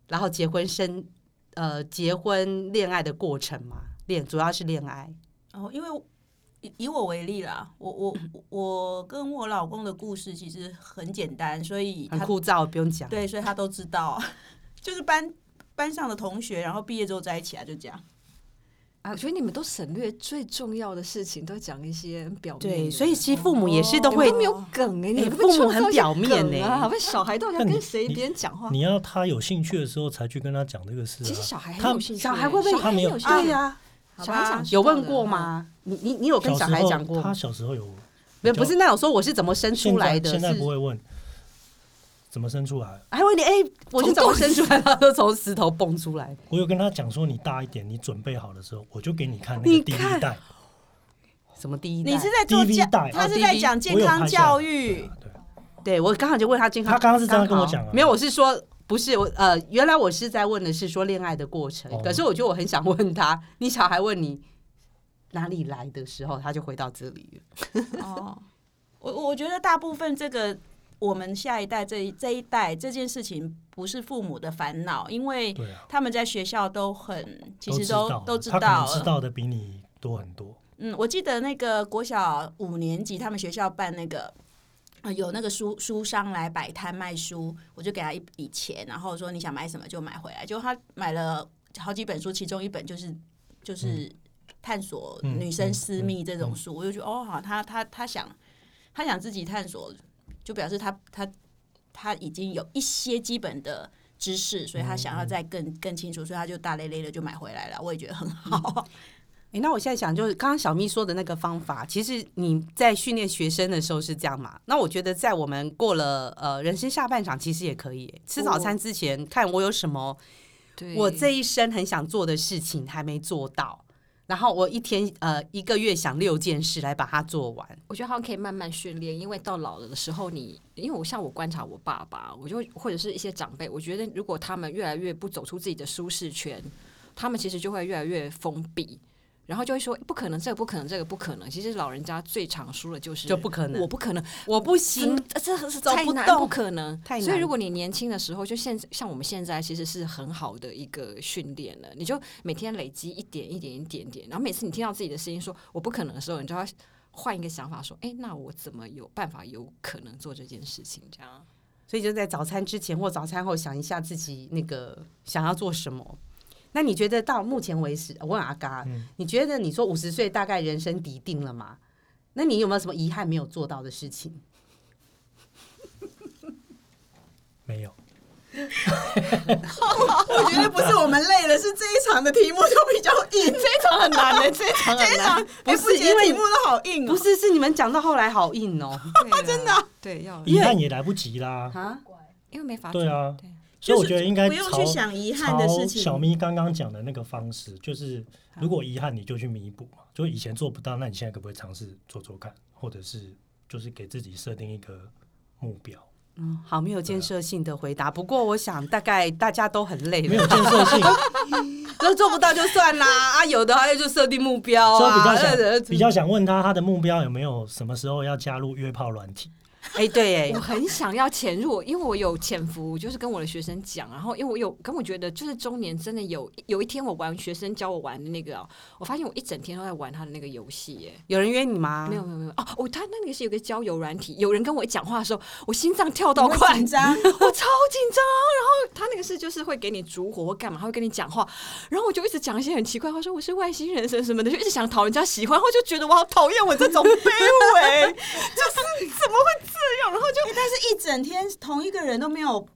Speaker 1: 然后结婚生呃结婚恋爱的过程吗？恋主要是恋爱，
Speaker 3: 然后因为以以我为例啦，我我我跟我老公的故事其实很简单，所以
Speaker 1: 很
Speaker 3: 他
Speaker 1: 枯燥，不用讲。
Speaker 3: 对，所以他都知道 啊，就是班班上的同学，然后毕业之后在一起啊，就这样。
Speaker 2: 啊，我觉得你们都省略最重要的事情，都讲一些表面的。哦
Speaker 1: 对，所以其实父母也是都
Speaker 2: 你
Speaker 1: 会
Speaker 2: 们都没有梗哎、你
Speaker 1: 哎
Speaker 2: 们
Speaker 1: 父母
Speaker 2: 创
Speaker 1: 很
Speaker 2: 造一些
Speaker 1: 表面
Speaker 2: 梗
Speaker 1: 哎
Speaker 2: 啊，问小孩到底要
Speaker 4: 但你
Speaker 2: 跟谁
Speaker 4: 你
Speaker 2: 别人讲话？
Speaker 4: 你要他有兴趣的时候才去跟他讲这个事、啊。
Speaker 2: 其实小孩很
Speaker 4: 他
Speaker 2: 有兴趣欸，
Speaker 1: 小孩会不会
Speaker 2: 小孩
Speaker 4: 他没有
Speaker 2: 很有兴趣
Speaker 1: 对呀、
Speaker 3: 啊
Speaker 2: 好吧
Speaker 3: 小孩想
Speaker 1: 有问过？
Speaker 2: 嗯
Speaker 1: 吗？你你你有跟小孩讲过
Speaker 4: 他
Speaker 1: 吗？
Speaker 4: 小时候有，
Speaker 1: 没有，不是那种说我是怎么生
Speaker 4: 现
Speaker 1: 出来
Speaker 4: 在
Speaker 1: 的，
Speaker 4: 现在
Speaker 1: 是
Speaker 4: 不会问怎么生出来。
Speaker 1: 还问你，哎、我是
Speaker 2: 从
Speaker 1: 怎么
Speaker 2: 洞
Speaker 1: 生出来的？ 都从石头蹦出来。
Speaker 4: 我有跟他讲说，你大一点，你准备好的时候，我就给你看那
Speaker 1: 你
Speaker 4: 个第
Speaker 1: 看
Speaker 4: 一代，
Speaker 1: 什么第一代？
Speaker 3: 你是在做
Speaker 4: DV
Speaker 3: 教
Speaker 4: 带，
Speaker 3: 他
Speaker 1: 哦
Speaker 3: 是
Speaker 1: ，DV
Speaker 3: 在讲健
Speaker 4: 我有
Speaker 3: 康
Speaker 4: 拍下来
Speaker 3: 教育。
Speaker 4: 对，啊
Speaker 1: 对我刚好就问他健康，
Speaker 4: 他刚刚是这样跟我讲啊
Speaker 1: 没有，我是说不是我呃，原来我是在问的是说恋爱的过程，
Speaker 4: 哦
Speaker 1: 可是我觉得我很想问他，你小孩问你哪里来的时候，他就回到这里了。
Speaker 3: 哦， 我我觉得大部分这个我们下一代这一这一代这件事情不是父母的烦恼，因为
Speaker 4: 对啊，
Speaker 3: 他们在学校都很其实
Speaker 4: 都
Speaker 3: 都
Speaker 4: 知道
Speaker 3: 都知
Speaker 4: 他
Speaker 3: 道
Speaker 4: 可能知
Speaker 3: 了。
Speaker 4: 道的比你多很多。
Speaker 3: 嗯，我记得那个国小五年级，他们学校办那个。呃有那个书书商来摆摊卖书，我就给他一笔钱，然后说你想买什么就买回来。结果他买了好几本书，其中一本就是就是探索
Speaker 4: 嗯
Speaker 3: 女生
Speaker 4: 嗯
Speaker 3: 私
Speaker 4: 嗯
Speaker 3: 密这种
Speaker 4: 嗯
Speaker 3: 书，我就觉得哦，好，他他他想他想自己探索，就表示他他他已经有一些基本的知识，所以他
Speaker 4: 嗯
Speaker 3: 想要再更更清楚，所以他就大咧咧的就买回来了。我也觉得很好。
Speaker 1: 哎、那我现在想，就是刚刚小咪说的那个方法，其实你在训练学生的时候是这样嘛？那我觉得在我们过了呃人生下半场，其实也可以耶吃早餐之前、看我有什么
Speaker 2: 对，
Speaker 1: 我这一生很想做的事情还没做到，然后我一天呃一个月想六件事来把它做完。
Speaker 2: 我觉得好像可以慢慢训练，因为到老了的时候你，因为我像我观察我爸爸，我就或者是一些长辈，我觉得如果他们越来越不走出自己的舒适圈，他们其实就会越来越封闭，然后就会说不可能，这个不可能，这个不可能。其实老人家最常说的就是
Speaker 1: 就不可能
Speaker 2: 我不可能，
Speaker 1: 我不行，
Speaker 2: 这这是
Speaker 1: 走
Speaker 2: 太
Speaker 1: 不
Speaker 2: 难，
Speaker 1: 动
Speaker 2: 不可能。
Speaker 1: 太难
Speaker 2: 所以如果你年轻的时候，就现像我们现在，其实是很好的一个训练了。你就每天累积一点一点一点点，然后每次你听到自己的声音说“我不可能”的时候，你就要换一个想法，说：“哎，那我怎么有办法有可能做这件事情？”这样
Speaker 1: 所以就在早餐之前或早餐后想一下自己那个想要做什么。那你觉得到目前为止，我问阿嘎，你觉得你说五十岁大概人生底定了吗？那你有没有什么遗憾没有做到的事情？
Speaker 4: 没有，
Speaker 3: 我觉得不是我们累了，是这一场的题目都比较 硬，这一场很难的，这一场这一场
Speaker 1: 哎不是因为
Speaker 3: 题目都好硬哦、
Speaker 1: 不是，是你们讲到后来好硬哦。
Speaker 2: 真的对要
Speaker 4: 遗憾也来不及啦。
Speaker 1: 啊，
Speaker 2: 因为没法
Speaker 4: 对啊
Speaker 2: 准
Speaker 4: 所以我觉得应该
Speaker 3: 不用
Speaker 4: 朝
Speaker 3: 去想遗憾的
Speaker 4: 朝
Speaker 3: 事情。
Speaker 4: 小咪刚刚讲的那个方式，就是如果遗憾你就去弥补嘛，就以前做不到，那你现在可不可以尝试做做看，或者是就是给自己设定一个目标，
Speaker 1: 嗯，好，
Speaker 2: 啊
Speaker 1: 没有建设性的回答。不过我想，大概大家都很累
Speaker 4: 没
Speaker 1: 了
Speaker 4: 有，建设性，
Speaker 1: 那做不到就算 啦。啊，有的还就设定目标
Speaker 4: 所以比
Speaker 1: 啊
Speaker 4: 较，
Speaker 1: 那
Speaker 4: 想
Speaker 1: 那
Speaker 4: 比较想问他他的目标有没有什么时候要加入约炮软体？
Speaker 1: 哎，对，哎
Speaker 2: 我，很想要潜入，因为我有潜伏，就是跟我的学生讲，然后因为我有跟我觉得，就是中年真的有有一天我玩学生教我玩的那个、哦，我发现我一整天都在玩他的那个游戏耶。
Speaker 1: 有人约你
Speaker 3: 啊
Speaker 1: 吗？
Speaker 2: 没有，没有没有哦，我他那个是有个交友软体，有人跟我讲话的时候，我心脏跳到
Speaker 3: 好
Speaker 2: 快，
Speaker 3: 紧 张，
Speaker 2: 我超紧张。然后他那个是就是会给你烛火或干嘛，他会跟你讲话，然后我就一直讲一些很奇怪，话，说我是外星人什么什么的，就一直想讨人家喜欢，然后就觉得我好讨厌我这种卑 微，就是怎么会这样？然后就
Speaker 3: 但是一整天同一个人都没有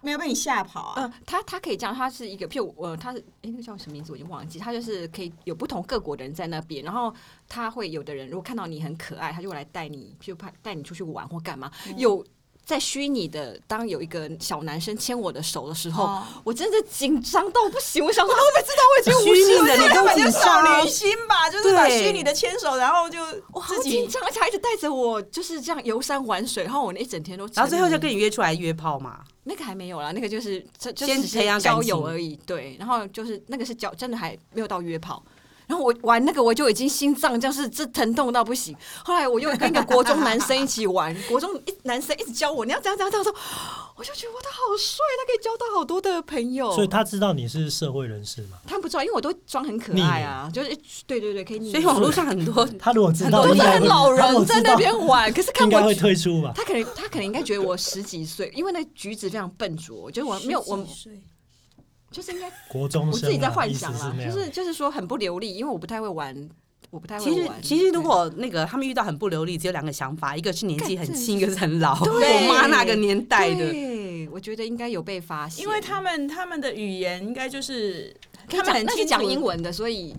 Speaker 3: 没有被你吓跑啊。
Speaker 2: 呃，他他可以这样，他是一个，譬如呃，他是哎，那个叫什么名字我已经忘记，他就是可以有不同各国的人在那边，然后他会有的人如果看到你很可爱，他就会来带你，譬如派带你出去玩或干嘛，
Speaker 1: 嗯
Speaker 2: 有。在虚拟的，当有一个小男生牵我的手的时候，
Speaker 3: 哦
Speaker 2: 我真的紧张到不行。我想说，他会不会知道我已经五
Speaker 1: 虚
Speaker 2: 十
Speaker 1: 拟的
Speaker 2: 岁
Speaker 1: 你
Speaker 2: 了？
Speaker 1: 都
Speaker 3: 根本
Speaker 1: 紧
Speaker 3: 就
Speaker 1: 张
Speaker 3: 少
Speaker 1: 了
Speaker 3: 女，心吧，就是把
Speaker 1: 对
Speaker 3: 虚拟的牵手，然后就
Speaker 2: 我好
Speaker 3: 自
Speaker 2: 紧
Speaker 3: 己
Speaker 2: 张，而且他一直带着我，就是这样游山玩水。然后我那一整天都沉迷，
Speaker 1: 然后最后就跟你约出来约炮嘛。
Speaker 2: 那个还没有啦，那个就是这就
Speaker 1: 先
Speaker 2: 只是
Speaker 1: 培养感
Speaker 2: 交友
Speaker 1: 情
Speaker 2: 而已，对。然后就是那个是交，真的还没有到约炮。然后我玩那个，我就已经心脏就是这疼痛到不行。后来我又跟一个国中男生一 起玩，国中一男生一直教我你要怎样怎样怎样，说我就觉得哇，他好帅，他可以交到好多的朋友。
Speaker 4: 所以他知道你是社会人士嘛？
Speaker 2: 他们不知道，因为我都装很可爱啊，就是对对对，可以拟
Speaker 1: 所
Speaker 2: 人。
Speaker 1: 以网络上很 多
Speaker 4: 他如果知道，
Speaker 2: 都
Speaker 4: 应
Speaker 2: 是
Speaker 4: 该
Speaker 2: 很
Speaker 4: 会
Speaker 2: 老
Speaker 4: 他如
Speaker 2: 人
Speaker 4: 果
Speaker 2: 在
Speaker 4: 知
Speaker 2: 那
Speaker 4: 道
Speaker 2: 边 玩，可是看
Speaker 4: 应该
Speaker 2: 我
Speaker 4: 会退出吧？
Speaker 2: 他可能他可能应该觉得我十几岁，因为那举止非常笨拙，就是
Speaker 3: 啊
Speaker 2: 我没有我就是应该
Speaker 4: 国中
Speaker 2: 我
Speaker 4: 生啊，
Speaker 2: 自己在幻想
Speaker 4: 意思
Speaker 2: 啦
Speaker 4: 是那，
Speaker 2: 就
Speaker 4: 样
Speaker 2: 是就是说很不流利，因为我不太会玩， 我不太会
Speaker 1: 其实
Speaker 2: 玩。
Speaker 1: 其实如果那个他们遇到很不流利，只有两个想法，一个是年纪
Speaker 2: 干
Speaker 1: 很
Speaker 2: 这
Speaker 1: 轻，一个是很老。
Speaker 2: 对
Speaker 1: 我妈那个年代
Speaker 2: 对
Speaker 1: 的，
Speaker 2: 对，我觉得应该有被发现，
Speaker 3: 因为他们他们的语言应该就是
Speaker 2: 可以
Speaker 3: 他们
Speaker 2: 讲
Speaker 3: 很
Speaker 2: 那
Speaker 3: 清
Speaker 2: 是
Speaker 3: 楚
Speaker 2: 讲英文的，所以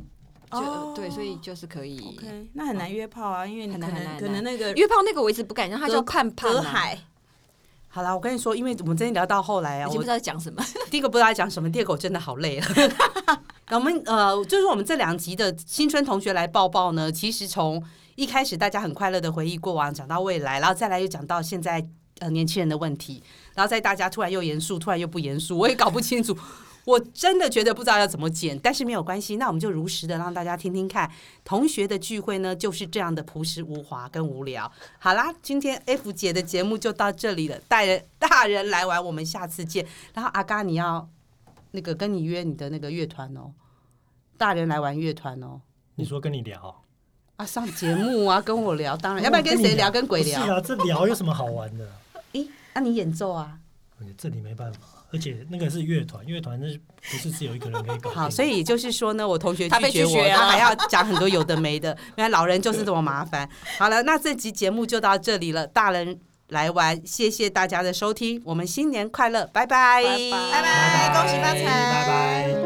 Speaker 2: 就、
Speaker 3: 哦
Speaker 2: 对，所以就是可以。
Speaker 3: ，OK，那很难约炮啊，因为你
Speaker 2: 很
Speaker 3: 可
Speaker 2: 难很
Speaker 3: 能
Speaker 2: 难
Speaker 3: 可能那个
Speaker 2: 约炮那个我一直不敢让他
Speaker 3: 隔
Speaker 2: 叫盼盼、
Speaker 3: 隔
Speaker 2: 啊，
Speaker 3: 海
Speaker 1: 好啦，我跟你说，因为我们真的聊到后来啊，
Speaker 2: 已经不
Speaker 1: 我
Speaker 2: 知道在讲什么。
Speaker 1: 第一个不知道在讲什么，第二个我真的好累了。 那我们呃，就是我们这两集的新春同学来抱抱呢，其实从一开始大家很快乐的回忆过往，讲到未来，然后再来又讲到现在呃年轻人的问题，然后再大家突然又严肃，突然又不严肃，我也搞不清楚。我真的觉得不知道要怎么剪，但是没有关系，那我们就如实的让大家听听看，同学的聚会呢就是这样的朴实无华跟无聊。好啦，今天 F 姐的节目就到这里了，带人大人来玩，我们下次见。然后阿嘎，你要那个跟你约你的那个乐团哦，大人来玩乐团哦。
Speaker 4: 你说跟你聊，
Speaker 1: 啊，上节目啊，跟我聊， 当然，要不然跟谁聊？跟鬼
Speaker 4: 不是
Speaker 1: 聊？
Speaker 4: 啊，这聊有什么好玩的？啊
Speaker 1: 咦，那、你演奏啊？
Speaker 4: 哎这里没办法，而且那个是乐团，乐团那是不是只有一个人可以搞定的？
Speaker 1: 好，所以也就是说呢，我同学
Speaker 2: 他被
Speaker 1: 拒绝
Speaker 2: 拒
Speaker 1: 我，
Speaker 2: 绝啊
Speaker 1: 他还要讲很多有的没的，原来老人就是这么麻烦。 好了，那这集节目就到这里了，大人来玩，谢谢大家的收听，我们新年快乐，拜拜，
Speaker 2: 拜拜
Speaker 3: 拜拜，恭喜发财，
Speaker 4: 拜拜。